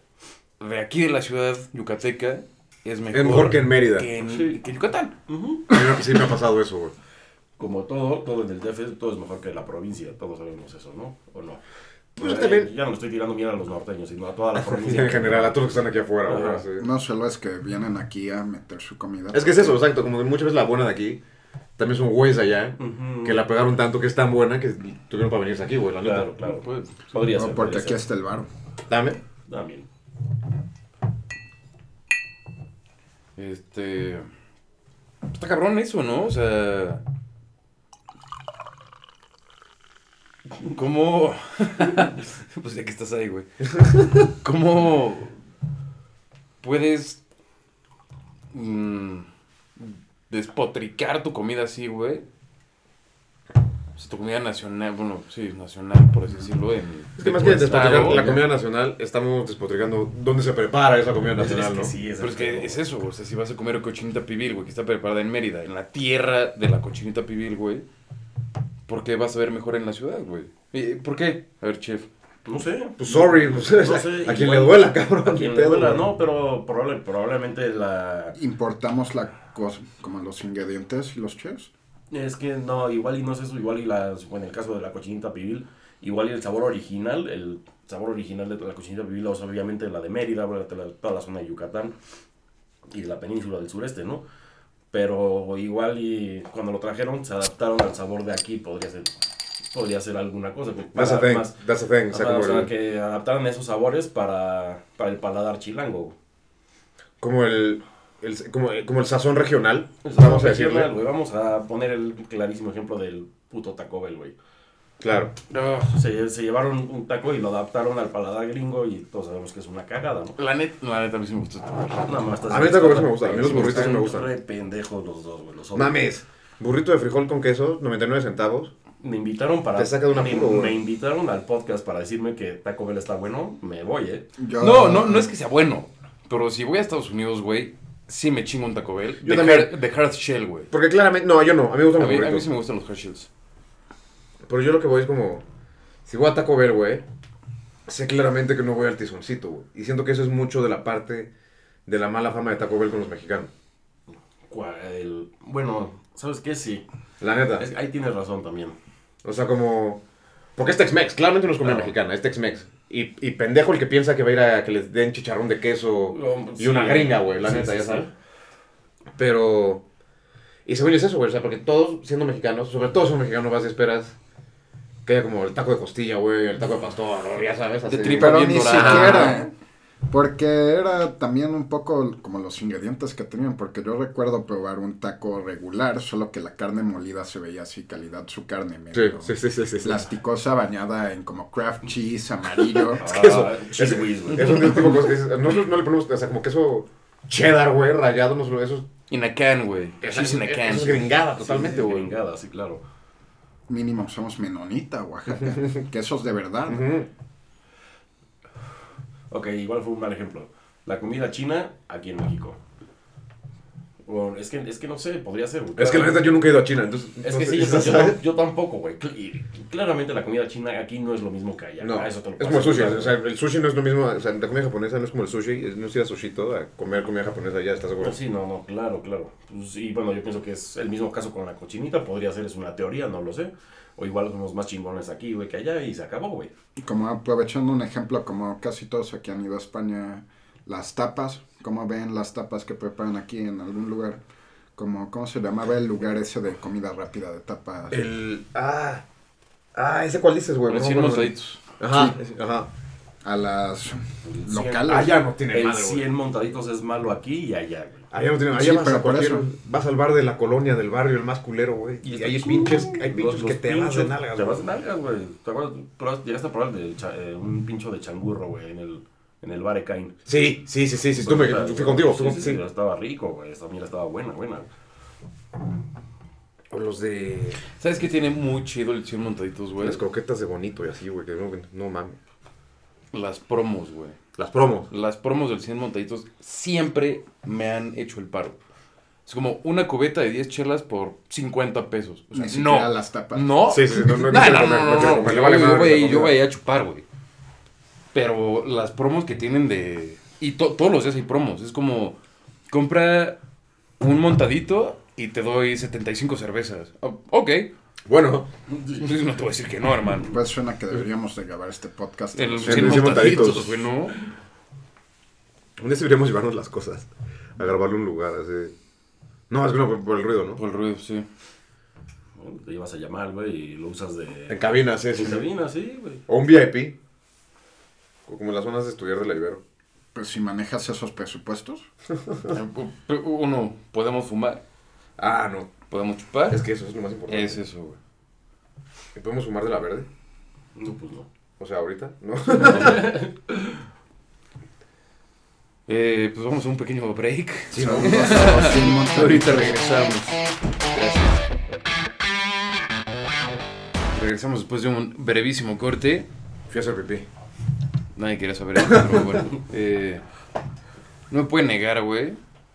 [SPEAKER 4] de aquí de la ciudad yucateca es mejor,
[SPEAKER 6] Es mejor que en Mérida.
[SPEAKER 4] que en-
[SPEAKER 3] Sí.
[SPEAKER 4] que en Yucatán.
[SPEAKER 3] Ujú.
[SPEAKER 6] A mí me- Sí me ha pasado eso, güey.
[SPEAKER 3] Como todo, todo en el DF, todo es mejor que la provincia, todos sabemos eso, ¿no? ¿O no?
[SPEAKER 6] Pues
[SPEAKER 3] Eh,
[SPEAKER 6] también-
[SPEAKER 3] Ya no estoy tirando mierda a los norteños, sino a toda
[SPEAKER 6] (laughs)
[SPEAKER 3] la provincia.
[SPEAKER 6] En general, a todos los que están aquí afuera, güey.
[SPEAKER 3] Ajá.
[SPEAKER 6] sí.
[SPEAKER 1] No solo es que vienen aquí a meter su comida.
[SPEAKER 6] Es que es eso, exacto. Como que muchas veces la buena de aquí también son güeyes allá
[SPEAKER 3] Ujú.
[SPEAKER 6] que la pegaron tanto que es tan buena que tuvieron para venirse aquí, güey. La neta.
[SPEAKER 3] Claro, claro.
[SPEAKER 4] Pues,
[SPEAKER 3] podría
[SPEAKER 1] No,
[SPEAKER 3] ser.
[SPEAKER 1] porque
[SPEAKER 3] podría
[SPEAKER 1] aquí
[SPEAKER 3] ser.
[SPEAKER 1] está Este el bar.
[SPEAKER 6] Dame.
[SPEAKER 3] También.
[SPEAKER 4] Este. Está cabrón eso, ¿no? O sea. ¿Cómo.? (laughs) pues ya que estás ahí, güey. ¿Cómo. Puedes. mm, despotricar tu comida así, güey. es tu comida nacional, bueno, sí, nacional, por así decirlo. En,
[SPEAKER 6] Es que
[SPEAKER 4] de
[SPEAKER 6] más
[SPEAKER 4] tu
[SPEAKER 6] que
[SPEAKER 4] estado,
[SPEAKER 6] despotricar la
[SPEAKER 4] ¿no?
[SPEAKER 6] comida nacional, estamos despotricando dónde se prepara esa comida
[SPEAKER 3] Pues
[SPEAKER 6] nacional, ¿no?
[SPEAKER 4] Pero es que es eso, güey. O sea, si vas a comer cochinita pibil, güey, que está preparada en Mérida, en la tierra de la cochinita pibil, güey, ¿por qué vas a ver mejor en la ciudad, güey? ¿Y ¿Por qué? A ver, chef.
[SPEAKER 3] No sé. pues,
[SPEAKER 6] Pues sorry, (laughs) pues, a quien le duela, cabrón,
[SPEAKER 3] A
[SPEAKER 6] ni
[SPEAKER 3] quien le
[SPEAKER 6] pedo,
[SPEAKER 3] duela,
[SPEAKER 6] güey.
[SPEAKER 3] no, pero probable- probablemente la.
[SPEAKER 1] Importamos la cosa, como los ingredientes y los chefs.
[SPEAKER 3] Es que no, igual y no es eso, igual y la, en el caso de la cochinita pibil, igual y el sabor original, el sabor original de la cochinita pibil, o sea, obviamente la de Mérida, bueno, de la- toda la zona de Yucatán y de la península del sureste, ¿no? Pero igual y cuando lo trajeron se adaptaron al sabor de aquí, podría ser podría ser alguna cosa. que
[SPEAKER 6] That's a
[SPEAKER 3] para
[SPEAKER 6] thing, that's a thing,
[SPEAKER 3] Ajá,
[SPEAKER 6] saca
[SPEAKER 3] o
[SPEAKER 6] como
[SPEAKER 3] sea,
[SPEAKER 6] el-
[SPEAKER 3] que adaptaron esos sabores para, para el paladar chilango.
[SPEAKER 6] Como el, el- como, eh, como el sazón regional,
[SPEAKER 3] El sabor
[SPEAKER 6] vamos a
[SPEAKER 3] regional,
[SPEAKER 6] decirle.
[SPEAKER 3] güey, Vamos a poner el clarísimo ejemplo del puto Taco Bell, güey.
[SPEAKER 6] Claro.
[SPEAKER 3] Se, se llevaron un taco y lo adaptaron al paladar gringo y todos sabemos que es una cagada, ¿no?
[SPEAKER 4] La neta, la neta a mí sí me gustó.
[SPEAKER 3] No, mames, estás-
[SPEAKER 6] A mí el Taco Bell sí me gusta, a mí los
[SPEAKER 3] Sí,
[SPEAKER 6] burritos sí me
[SPEAKER 3] están
[SPEAKER 6] gustan.
[SPEAKER 3] re pendejos los dos, güey. los odio.
[SPEAKER 6] Mames, burrito de frijol con queso, 99 centavos.
[SPEAKER 3] Me invitaron para...
[SPEAKER 6] Te saca de un
[SPEAKER 3] me,
[SPEAKER 6] apuro, güey.
[SPEAKER 3] me invitaron al podcast para decirme que Taco Bell está bueno, me voy, ¿eh?
[SPEAKER 4] No, no, no es que sea bueno. Pero si voy a Estados Unidos, güey, sí me chingo un Taco Bell.
[SPEAKER 6] Yo
[SPEAKER 4] de,
[SPEAKER 6] también.
[SPEAKER 4] hard- de hard shell, güey.
[SPEAKER 6] Porque claramente, no, yo no, a mí me gustan
[SPEAKER 4] A
[SPEAKER 6] los
[SPEAKER 4] mí, a mí
[SPEAKER 6] burritos.
[SPEAKER 4] sí me gustan los hard shells.
[SPEAKER 6] Pero yo lo que voy es como, si voy a Taco Bell, güey, sé claramente que no voy al tizoncito, güey. Y siento que eso es mucho de la parte de la mala fama de Taco Bell con los mexicanos.
[SPEAKER 3] Cual- el- bueno, ¿sabes qué? Sí.
[SPEAKER 6] La neta.
[SPEAKER 3] Es- ahí tienes razón también.
[SPEAKER 6] O sea, como... Porque es Tex-Mex, claramente no es comida
[SPEAKER 3] Claro.
[SPEAKER 6] mexicana, es Tex-Mex. Y, y pendejo el que piensa que va a ir a que les den chicharrón de queso
[SPEAKER 3] Um,
[SPEAKER 6] y
[SPEAKER 3] sí.
[SPEAKER 6] una gringa, güey, la
[SPEAKER 3] Sí,
[SPEAKER 6] neta,
[SPEAKER 3] sí,
[SPEAKER 6] ya
[SPEAKER 3] sí.
[SPEAKER 6] sabes. Pero... Y según yo es eso, güey, o sea, porque todos siendo mexicanos, sobre todo siendo mexicanos, vas y esperas que haya como el taco de costilla, güey, el taco de pastor, ¿no? ya sabes, así.
[SPEAKER 1] Pero ni siquiera. ¿eh? Porque era también un poco como los ingredientes que tenían, porque yo recuerdo probar un taco regular, solo que la carne molida se veía así, calidad su carne, medio
[SPEAKER 6] Sí, sí, sí, sí, sí.
[SPEAKER 1] plasticosa bañada en como craft cheese amarillo.
[SPEAKER 6] (laughs)
[SPEAKER 1] (laughs)
[SPEAKER 6] Es que eso,
[SPEAKER 3] Ah,
[SPEAKER 6] es, es un tipo de cosas que dices, nosotros no le ponemos, o sea, como queso cheddar, güey, rayado, no eso
[SPEAKER 4] In a can, güey.
[SPEAKER 6] es,
[SPEAKER 4] Cheese in a can.
[SPEAKER 6] eso es gringada
[SPEAKER 3] Sí,
[SPEAKER 6] totalmente,
[SPEAKER 3] sí,
[SPEAKER 6] güey.
[SPEAKER 3] gringada, sí, claro.
[SPEAKER 1] Mínimo somos menonita, Oaxaca.
[SPEAKER 8] (laughs)
[SPEAKER 1] Quesos de verdad.
[SPEAKER 3] Ok, igual fue un mal ejemplo. La comida china aquí en México. Bueno, es, que, es que no sé, podría ser. güey.
[SPEAKER 6] Es que la neta yo nunca he ido a China, entonces...
[SPEAKER 3] Es
[SPEAKER 6] no
[SPEAKER 3] que
[SPEAKER 6] sé,
[SPEAKER 3] sí, yo,
[SPEAKER 6] (laughs) ¿sabes?
[SPEAKER 3] yo tam- yo tampoco, güey. Cl- y claramente la comida china aquí no es lo mismo que allá.
[SPEAKER 6] (laughs) No,
[SPEAKER 3] Ah, eso te lo
[SPEAKER 6] es
[SPEAKER 3] paso.
[SPEAKER 6] como el sushi. O sea, el sushi no es lo mismo. O sea, la comida japonesa no es como el sushi. es- No es ir a sushito a comer comida japonesa ya, ¿estás seguro?
[SPEAKER 3] No, Pues sí, no, no, claro, claro. Pues, y bueno, yo pienso que es el mismo caso con la cochinita. Podría ser, es una teoría, no lo sé. O igual somos más chingones aquí, güey, que allá y se acabó, güey.
[SPEAKER 1] Como aprovechando un ejemplo, como casi todos aquí han ido a España, las tapas, como ven las tapas que preparan aquí en algún lugar, como cómo se llamaba el lugar ese de comida rápida de tapas.
[SPEAKER 8] Eh,
[SPEAKER 6] El. Ah. Ah, ese cuál dices, güey.
[SPEAKER 4] Recién
[SPEAKER 6] No me acuerdo.
[SPEAKER 4] montaditos.
[SPEAKER 6] Ajá,
[SPEAKER 1] Sí.
[SPEAKER 6] ese- ajá.
[SPEAKER 1] A las
[SPEAKER 3] Cien-
[SPEAKER 1] locales.
[SPEAKER 8] Ah,
[SPEAKER 6] Allá no tiene
[SPEAKER 3] El
[SPEAKER 6] madre, güey.
[SPEAKER 3] 100 montaditos es malo aquí y allá, güey.
[SPEAKER 6] Allá no tiene allá
[SPEAKER 1] Sí,
[SPEAKER 6] vas
[SPEAKER 1] pero
[SPEAKER 6] a
[SPEAKER 1] por
[SPEAKER 6] cualquier-
[SPEAKER 1] eso.
[SPEAKER 6] Vas al bar de la colonia, del barrio, el más culero, güey. Y, hay pinches, hay pinches
[SPEAKER 3] Los-
[SPEAKER 6] que
[SPEAKER 3] los
[SPEAKER 6] te vas de
[SPEAKER 3] pinchos,
[SPEAKER 6] nalgas,
[SPEAKER 3] Te vas de
[SPEAKER 6] güey.
[SPEAKER 3] nalgas, güey. ¿Te acuerdas? Probas- Llegaste a probar el del cha- eh, un pincho de changurro, güey, en el, en el bar Ecaín.
[SPEAKER 6] Sí, sí, sí, sí, sí. Tú me,
[SPEAKER 3] Puta,
[SPEAKER 6] fui contigo.
[SPEAKER 3] sí,
[SPEAKER 6] fui con-
[SPEAKER 3] sí,
[SPEAKER 6] sí.
[SPEAKER 3] pero Estaba rico, güey. Esta mierda estaba buena, buena.
[SPEAKER 6] O los de.
[SPEAKER 4] ¿Sabes qué tiene muy chido el 100 montaditos, güey?
[SPEAKER 6] Las croquetas de bonito y así, güey. Que no, no mames.
[SPEAKER 4] Las promos, güey.
[SPEAKER 6] Las promos.
[SPEAKER 4] Las promos del 100 montaditos siempre me han hecho el paro. Es como una cubeta de 10 chelas por 50 pesos. O sea,
[SPEAKER 1] Ni
[SPEAKER 4] no.
[SPEAKER 1] siquiera las tapas.
[SPEAKER 4] No.
[SPEAKER 6] Sí, sí, no, no, no (laughs)
[SPEAKER 4] Nah,
[SPEAKER 6] quiero
[SPEAKER 4] no,
[SPEAKER 6] comer,
[SPEAKER 4] no,
[SPEAKER 6] no
[SPEAKER 4] no,
[SPEAKER 6] quiero
[SPEAKER 4] no,
[SPEAKER 6] comer, le
[SPEAKER 4] yo
[SPEAKER 6] vale
[SPEAKER 4] voy-
[SPEAKER 6] madre,
[SPEAKER 4] güey,
[SPEAKER 6] la
[SPEAKER 4] Yo
[SPEAKER 6] comida.
[SPEAKER 4] voy a chupar, güey. Pero las promos que tienen de... Y to- todos los días hay promos. Es como, compra un montadito y te doy 75 cervezas. Oh, ok.
[SPEAKER 6] Bueno,
[SPEAKER 4] Entonces no te voy a decir que no, hermano.
[SPEAKER 1] Pues suena que deberíamos de grabar este podcast.
[SPEAKER 4] El
[SPEAKER 1] Sí.
[SPEAKER 4] 100
[SPEAKER 6] 100
[SPEAKER 4] montaditos,
[SPEAKER 6] montaditos.
[SPEAKER 4] güey, ¿no?
[SPEAKER 6] Un día sí deberíamos llevarnos las cosas. A grabarle un lugar, así. No, es que no, por, por el ruido, ¿no?
[SPEAKER 4] Por el ruido, sí.
[SPEAKER 3] Bueno, te llevas a llamar, güey, y lo usas
[SPEAKER 6] En
[SPEAKER 3] de.
[SPEAKER 6] cabina, sí, sí,
[SPEAKER 3] En
[SPEAKER 6] sí.
[SPEAKER 3] cabina, sí, güey.
[SPEAKER 6] O un VIP. o Como en las zonas de estudiar de la Ibero.
[SPEAKER 1] Pues si manejas esos presupuestos.
[SPEAKER 4] Eh, Uno, podemos fumar,
[SPEAKER 6] Ah, no.
[SPEAKER 4] podemos chupar.
[SPEAKER 6] Es que eso es lo más importante.
[SPEAKER 4] Es eso, güey.
[SPEAKER 6] ¿Y ¿Podemos fumar de la verde? Mm.
[SPEAKER 3] No, pues no.
[SPEAKER 6] O sea, ahorita, ¿no? (laughs)
[SPEAKER 4] Eh, pues vamos a un pequeño break.
[SPEAKER 1] Son los- los 100 montaditos.
[SPEAKER 4] Ahorita regresamos. Gracias. Regresamos después de un brevísimo corte.
[SPEAKER 6] Fui a hacer pipí.
[SPEAKER 4] Nadie quería saber eso, pero bueno. (laughs) Eh, no me puede negar, güey,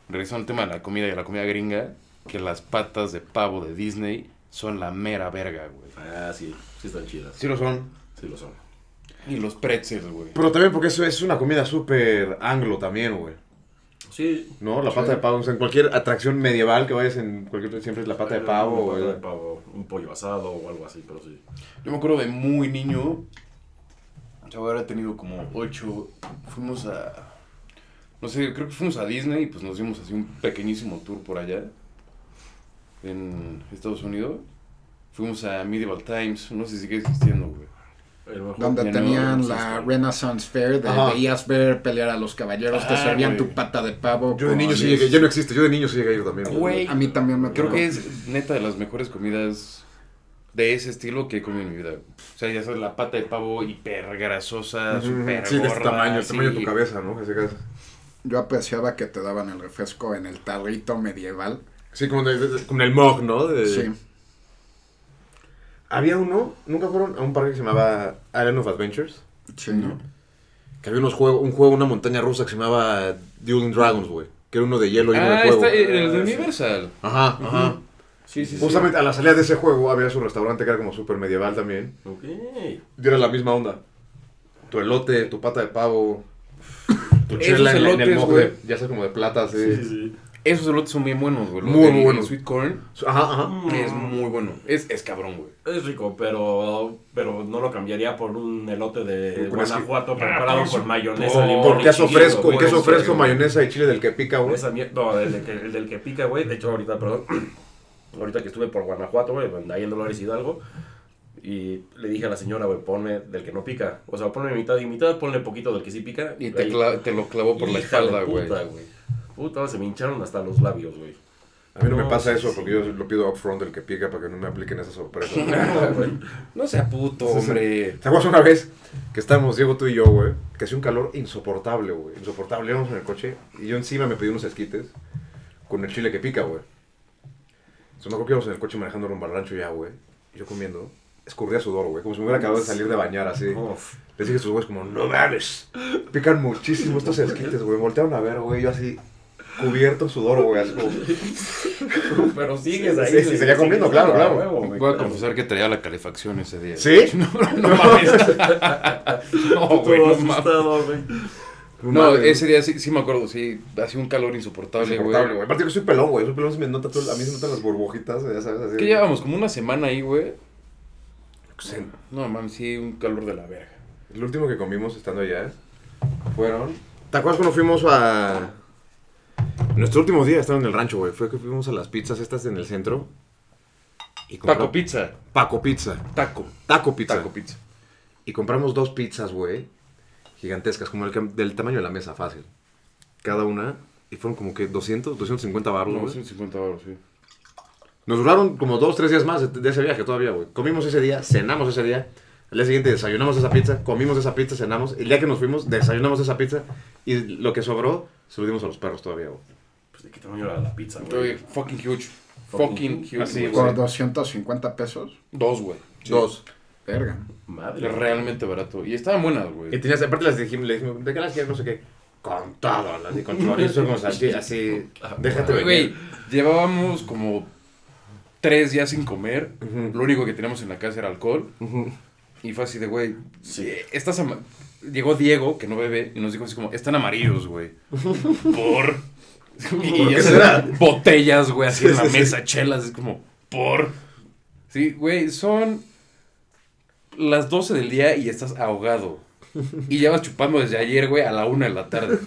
[SPEAKER 4] regresando al tema de la comida y a la comida gringa, que las patas de pavo de Disney son la mera verga, güey.
[SPEAKER 3] Ah, sí, sí están chidas.
[SPEAKER 6] Sí lo son.
[SPEAKER 3] Sí lo son.
[SPEAKER 4] Y los pretzels, güey.
[SPEAKER 6] Pero también porque eso es una comida súper anglo también, güey.
[SPEAKER 3] Sí.
[SPEAKER 6] ¿No? La pata de pavo. O sea, en cualquier atracción medieval que vayas en cualquier siempre es la pata de pavo,
[SPEAKER 3] Una pata
[SPEAKER 6] güey.
[SPEAKER 3] de pavo, un pollo asado o algo así, pero sí.
[SPEAKER 4] Yo me acuerdo de muy niño. Yo habrá tenido como ocho. Fuimos a. No sé, creo que fuimos a Disney y pues nos dimos así un pequeñísimo tour por allá. En Estados Unidos. Fuimos a Medieval Times. No sé si sigue existiendo, güey.
[SPEAKER 3] El mejor-
[SPEAKER 1] Donde
[SPEAKER 4] Ya no
[SPEAKER 1] tenían
[SPEAKER 4] existe.
[SPEAKER 1] la Renaissance Fair, de
[SPEAKER 6] Ajá.
[SPEAKER 1] veías ver pelear a los caballeros, te
[SPEAKER 4] Ah,
[SPEAKER 1] servían
[SPEAKER 4] güey.
[SPEAKER 1] tu pata de pavo.
[SPEAKER 6] Yo de
[SPEAKER 1] con
[SPEAKER 6] niño sí
[SPEAKER 1] mis-
[SPEAKER 6] llegué, ya no existe, yo de niño sí llegué a ir también, güey.
[SPEAKER 4] Güey.
[SPEAKER 1] A mí también me
[SPEAKER 4] Creo
[SPEAKER 1] tocó.
[SPEAKER 4] que es neta de las mejores comidas de ese estilo que he comido en mi vida. O sea, ya sabes, la pata de pavo hiper grasosa, súper
[SPEAKER 6] Sí, de este
[SPEAKER 4] gorda,
[SPEAKER 6] tamaño, el
[SPEAKER 4] así.
[SPEAKER 6] tamaño de tu cabeza, ¿no? Así que-
[SPEAKER 1] Yo apreciaba que te daban el refresco en el tarrito medieval.
[SPEAKER 6] Sí, como, de- de- como en el mug, ¿no? De-
[SPEAKER 1] Sí.
[SPEAKER 6] Había uno, nunca fueron a un parque que se llamaba Island of Adventures.
[SPEAKER 1] Sí, ¿no?
[SPEAKER 6] Que había unos juego, un juego, una montaña rusa que se llamaba Dueling Dragons, güey. Que era uno de hielo y uno
[SPEAKER 4] Ah,
[SPEAKER 6] de fuego.
[SPEAKER 4] está, eh, el de Universal.
[SPEAKER 6] Ajá, ajá.
[SPEAKER 3] Sí, sí, sí.
[SPEAKER 6] Justamente a la salida de ese juego había un restaurante que era como súper medieval también.
[SPEAKER 3] Ok.
[SPEAKER 6] Y era la misma onda. Tu elote, tu pata de pavo, tu
[SPEAKER 4] Esos
[SPEAKER 6] chela en, en el
[SPEAKER 4] elotes,
[SPEAKER 6] mojo
[SPEAKER 4] güey.
[SPEAKER 6] de, ya sea como de plata, así.
[SPEAKER 3] Sí, sí, sí.
[SPEAKER 4] Esos elotes son bien buenos, güey. Los
[SPEAKER 6] Muy
[SPEAKER 4] del-
[SPEAKER 6] buenos.
[SPEAKER 4] el Sweet corn
[SPEAKER 6] Ajá, ajá.
[SPEAKER 3] Mm.
[SPEAKER 4] es muy bueno. Es, es cabrón, güey.
[SPEAKER 3] Es rico, pero, pero no lo cambiaría por un elote de
[SPEAKER 6] Con así-
[SPEAKER 3] Guanajuato preparado con mayonesa,
[SPEAKER 4] por
[SPEAKER 3] limón
[SPEAKER 6] Por
[SPEAKER 3] y
[SPEAKER 6] queso
[SPEAKER 3] chile,
[SPEAKER 6] fresco,
[SPEAKER 3] güey.
[SPEAKER 6] queso
[SPEAKER 3] Sí,
[SPEAKER 6] fresco,
[SPEAKER 3] güey.
[SPEAKER 6] mayonesa y chile del que pica, güey.
[SPEAKER 3] Esa mier- no, el, de que- el del que pica, güey. De hecho, ahorita, perdón. (clears throat) Ahorita que estuve por Guanajuato, güey, donde ahí en Dolores Hidalgo. Y le dije a la señora, güey, ponme del que no pica. O sea, ponme mitad y mitad, ponle poquito del que sí pica.
[SPEAKER 4] Y te,
[SPEAKER 3] Ahí-
[SPEAKER 4] cla- te lo clavó por la
[SPEAKER 3] Hija de
[SPEAKER 4] espalda, güey.
[SPEAKER 3] Puta, güey. Puta, se me hincharon hasta los labios, güey.
[SPEAKER 6] A mí no, me
[SPEAKER 3] No,
[SPEAKER 6] pasa
[SPEAKER 3] sí,
[SPEAKER 6] eso
[SPEAKER 3] sí.
[SPEAKER 6] porque yo lo pido upfront del que pica para que no me apliquen
[SPEAKER 3] (laughs)
[SPEAKER 6] esas (laughs) sorpresas.
[SPEAKER 4] No sea puto,
[SPEAKER 6] Sí, sí.
[SPEAKER 4] hombre.
[SPEAKER 6] ¿Te acuerdas una vez que estábamos Diego, tú y yo, güey? Que hacía un calor insoportable, güey. Insoportable. Íbamos en el coche y yo encima me pedí unos esquites con el chile que pica, güey. Entonces me acuerdo que íbamos en el coche manejando rumbo al rancho ya, güey. Y yo comiendo. Escurría sudor, güey. Como si me hubiera acabado de salir de bañar, así.
[SPEAKER 3] Uf.
[SPEAKER 6] Les dije a estos güeyes como, no mames. Pican muchísimo estos esquites, güey. Voltearon a ver, güey. Yo así, cubierto en sudor, güey. Así como...
[SPEAKER 3] Pero sigues ahí.
[SPEAKER 6] Sí, sí,
[SPEAKER 3] güey,
[SPEAKER 6] seguía comiendo,
[SPEAKER 3] sigues
[SPEAKER 6] claro,
[SPEAKER 3] ahí,
[SPEAKER 6] claro.
[SPEAKER 3] huevo, güey,
[SPEAKER 4] Voy a
[SPEAKER 3] claro.
[SPEAKER 4] confesar que traía la calefacción ese día.
[SPEAKER 6] ¿Sí?
[SPEAKER 4] (laughs) No, no, no mames. (laughs) No,
[SPEAKER 3] Todo
[SPEAKER 4] güey, no mames.
[SPEAKER 3] asustado, güey.
[SPEAKER 4] No,
[SPEAKER 6] mames.
[SPEAKER 4] ese día sí, sí me acuerdo, sí, hacía un calor insoportable,
[SPEAKER 6] Insoportable, güey.
[SPEAKER 4] güey.
[SPEAKER 6] Aparte que soy pelón, güey. Soy pelón, se me nota todo- a mí se me notan las burbujitas, ya sabes, así.
[SPEAKER 4] ¿Qué llevábamos? Como una semana ahí, güey.
[SPEAKER 6] Sí.
[SPEAKER 4] No, mames, sí, un calor de la verga.
[SPEAKER 6] El último que comimos estando allá fueron. ¿Te acuerdas cuando fuimos a. Nuestro último día estando en el rancho, güey. Fue que fuimos a las pizzas estas en el centro. Y
[SPEAKER 4] Taco
[SPEAKER 6] compramos-
[SPEAKER 4] pizza.
[SPEAKER 6] Paco Pizza.
[SPEAKER 4] Taco.
[SPEAKER 6] Taco Pizza.
[SPEAKER 4] Taco pizza.
[SPEAKER 6] Y compramos dos pizzas, güey. Gigantescas, como el, cam- del tamaño de la mesa, fácil. Cada una. Y fueron como que 200, 250 baros,
[SPEAKER 4] No,
[SPEAKER 6] güey.
[SPEAKER 4] 150 euros, sí.
[SPEAKER 6] Nos duraron como dos, tres días más de, de ese viaje todavía, güey. Comimos ese día, cenamos ese día. Al día siguiente desayunamos esa pizza, comimos esa pizza, cenamos. El día que nos fuimos, desayunamos esa pizza. Y lo que sobró, se lo dimos a los perros todavía, güey.
[SPEAKER 3] Pues de qué tamaño era la pizza,
[SPEAKER 4] Güey,
[SPEAKER 3] güey.
[SPEAKER 4] fucking huge.
[SPEAKER 3] Fucking
[SPEAKER 4] Fucking huge.
[SPEAKER 10] Así,
[SPEAKER 4] güey.
[SPEAKER 1] Por 250 pesos.
[SPEAKER 4] Dos, güey.
[SPEAKER 6] Ah, Dos.
[SPEAKER 1] Verga.
[SPEAKER 3] Madre.
[SPEAKER 4] Realmente barato. Y estaban buenas,
[SPEAKER 6] Y
[SPEAKER 4] güey.
[SPEAKER 6] tenías, aparte las dijimos, le dijimos, ¿de qué las quieres? No sé qué. Con todo, las di- con chorizo, con salchicha, así. Déjate venir. (laughs)
[SPEAKER 4] Güey, llevábamos como tres días sin comer. Lo único que teníamos en la casa era alcohol. Y fue así de, güey,
[SPEAKER 3] Sí.
[SPEAKER 4] estas ama- Llegó Diego, que no bebe, y nos dijo así como, están amarillos,
[SPEAKER 6] (laughs)
[SPEAKER 4] güey. Por... Y
[SPEAKER 6] qué
[SPEAKER 4] ya
[SPEAKER 6] será?
[SPEAKER 4] sabes, botellas, güey, así
[SPEAKER 6] Sí,
[SPEAKER 4] en la
[SPEAKER 6] sí, sí.
[SPEAKER 4] mesa, chelas, es como, por... Sí, güey, son las 12 del día y estás ahogado. Y ya vas chupando desde ayer, güey, a la 1 de la tarde.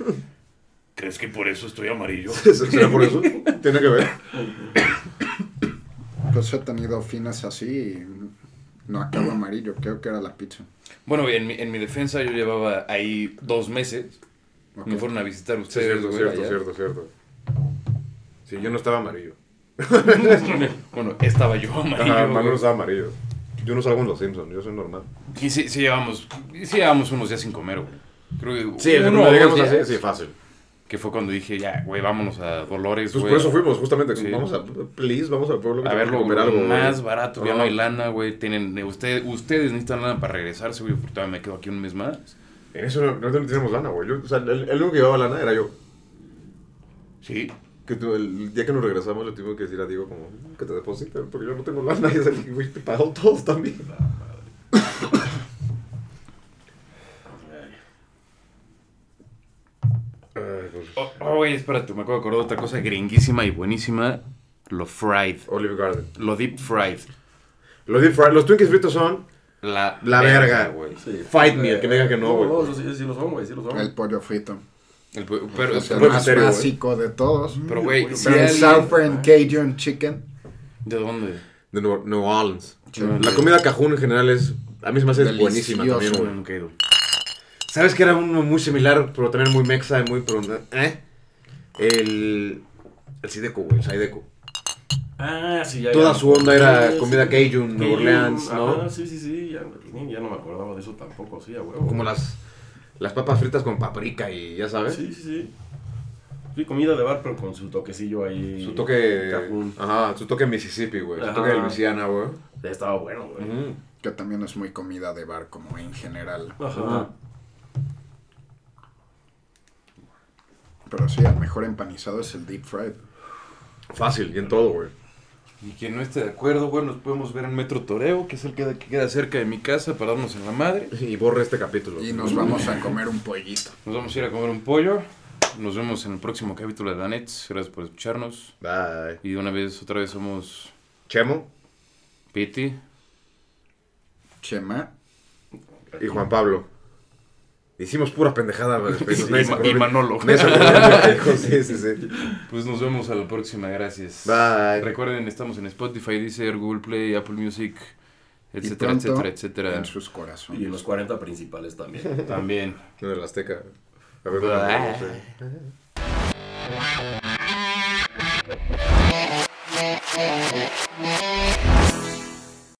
[SPEAKER 8] ¿Crees que por eso estoy amarillo?
[SPEAKER 6] ¿Será por eso? Tiene que ver.
[SPEAKER 1] Pues he tenido fines así y no acabo amarillo. Creo que era la pizza.
[SPEAKER 4] Bueno, en mi, en mi defensa yo llevaba ahí dos meses.
[SPEAKER 1] Ok.
[SPEAKER 4] Me fueron a visitar
[SPEAKER 6] Sí,
[SPEAKER 4] ustedes,
[SPEAKER 6] cierto,
[SPEAKER 4] güey,
[SPEAKER 6] cierto,
[SPEAKER 4] allá.
[SPEAKER 6] cierto, cierto. Sí, yo no estaba amarillo.
[SPEAKER 4] (laughs) Bueno, estaba yo amarillo,
[SPEAKER 6] Ajá,
[SPEAKER 4] güey.
[SPEAKER 6] Manuel estaba amarillo. Yo no salgo en los Simpsons, yo soy normal.
[SPEAKER 4] Y sí, sí llevamos, sí llevamos unos días sin comer, güey. Creo que
[SPEAKER 6] Sí,
[SPEAKER 4] uno
[SPEAKER 6] no
[SPEAKER 4] o
[SPEAKER 6] digamos
[SPEAKER 4] dos días.
[SPEAKER 6] así, sí, fácil.
[SPEAKER 4] Que fue cuando dije, ya, güey, vámonos a Dolores,
[SPEAKER 6] Pues
[SPEAKER 4] güey.
[SPEAKER 6] por eso fuimos, justamente.
[SPEAKER 4] Sí.
[SPEAKER 6] Vamos a, please, vamos al pueblo. que
[SPEAKER 4] A
[SPEAKER 6] tenemos que
[SPEAKER 4] verlo
[SPEAKER 6] comer algo, güey.
[SPEAKER 4] más barato, ya no hay
[SPEAKER 6] Ajá.
[SPEAKER 4] lana, güey. Tienen, usted, ustedes necesitan lana para regresarse, güey, porque todavía me quedo aquí un mes más.
[SPEAKER 6] En eso no, no tenemos lana, güey. Yo- O sea, el, el único que llevaba lana era yo.
[SPEAKER 4] Sí.
[SPEAKER 6] Que tú- el día que nos regresamos le tuvimos que decir a Diego como, "Mm, que te depositen, porque yo no tengo lana. (laughs) Y es el que, güey, te pagó todos también.
[SPEAKER 4] Oh, oh, güey, espérate, me acabo de acordar de otra cosa gringuísima y buenísima. Lo fried.
[SPEAKER 6] Olive Garden.
[SPEAKER 4] Lo deep fried.
[SPEAKER 6] Los deep fried, los Twinkies fritos son
[SPEAKER 4] La,
[SPEAKER 6] la verga.
[SPEAKER 4] güey.
[SPEAKER 6] Fight me, el que me diga que no, güey.
[SPEAKER 3] no, sí, sí lo son, güey, sí lo son.
[SPEAKER 1] El pollo frito.
[SPEAKER 4] El pu- pero,
[SPEAKER 1] es el
[SPEAKER 4] pero-
[SPEAKER 1] más
[SPEAKER 4] pero-
[SPEAKER 1] básico de todos.
[SPEAKER 4] Pero, güey,
[SPEAKER 1] Pero
[SPEAKER 4] si
[SPEAKER 1] el
[SPEAKER 4] alguien-
[SPEAKER 1] Southern Cajun Chicken.
[SPEAKER 4] ¿De dónde?
[SPEAKER 6] De New, New Orleans.
[SPEAKER 1] Sí.
[SPEAKER 6] La comida cajún en general es, a mí se me hace
[SPEAKER 1] Delicioso,
[SPEAKER 6] buenísima también,
[SPEAKER 4] Güey,
[SPEAKER 6] güey.
[SPEAKER 4] nunca he ido.
[SPEAKER 6] ¿Sabes que era uno muy similar, pero también muy mexa y muy... Pero, ¿Eh? El... El Sideco, güey, el Sideco.
[SPEAKER 3] Ah, sí, ya.
[SPEAKER 6] Toda
[SPEAKER 3] ya.
[SPEAKER 6] su onda era comida
[SPEAKER 3] sí.
[SPEAKER 6] Cajun, Nueva Orleans, ¿no?
[SPEAKER 3] Ajá, sí, sí, sí, ya, ya no me acordaba de eso tampoco, sí, a huevo.
[SPEAKER 6] Como las, las papas fritas con paprika y ya sabes.
[SPEAKER 3] Sí, sí, sí. Sí, comida de bar, pero con su toquecillo ahí.
[SPEAKER 6] Su toque...
[SPEAKER 3] Cajún.
[SPEAKER 6] Ajá, su toque Mississippi, güey. Su
[SPEAKER 3] Ajá.
[SPEAKER 6] toque de Luisiana, güey.
[SPEAKER 3] Estaba bueno, güey.
[SPEAKER 6] Ujú.
[SPEAKER 1] Que también es muy comida de bar, como en general.
[SPEAKER 3] Ajá.
[SPEAKER 1] Pero sí, el mejor empanizado es el deep fried.
[SPEAKER 6] Fácil, y en todo, güey.
[SPEAKER 4] Y quien no esté de acuerdo, güey, nos podemos ver en Metro Toreo, que es el que que queda cerca de mi casa, para darnos en la madre.
[SPEAKER 6] Y borre este capítulo.
[SPEAKER 1] Y nos vamos a comer un pollito.
[SPEAKER 4] Nos vamos a ir a comer un pollo. Nos vemos en el próximo capítulo de Danets. Gracias por escucharnos.
[SPEAKER 6] Bye.
[SPEAKER 4] Y de una vez, otra vez somos
[SPEAKER 6] Chemo
[SPEAKER 4] Piti.
[SPEAKER 1] Chema.
[SPEAKER 6] y Juan Pablo. Hicimos puras pendejadas, güey.
[SPEAKER 4] Sí, y Ma- y Manolo.
[SPEAKER 6] Nadie se acordó de- Sí, sí, sí.
[SPEAKER 4] Pues nos vemos a la próxima, gracias.
[SPEAKER 6] Bye.
[SPEAKER 4] Recuerden, estamos en Spotify, Deezer, Google Play, Apple Music,
[SPEAKER 1] y
[SPEAKER 4] etcétera,
[SPEAKER 1] pronto
[SPEAKER 4] etcétera, etcétera.
[SPEAKER 1] En sus corazones.
[SPEAKER 3] Y en los 40 principales también.
[SPEAKER 4] También.
[SPEAKER 6] En el Azteca. A ver, ¿cómo
[SPEAKER 4] Ah.
[SPEAKER 6] se dice?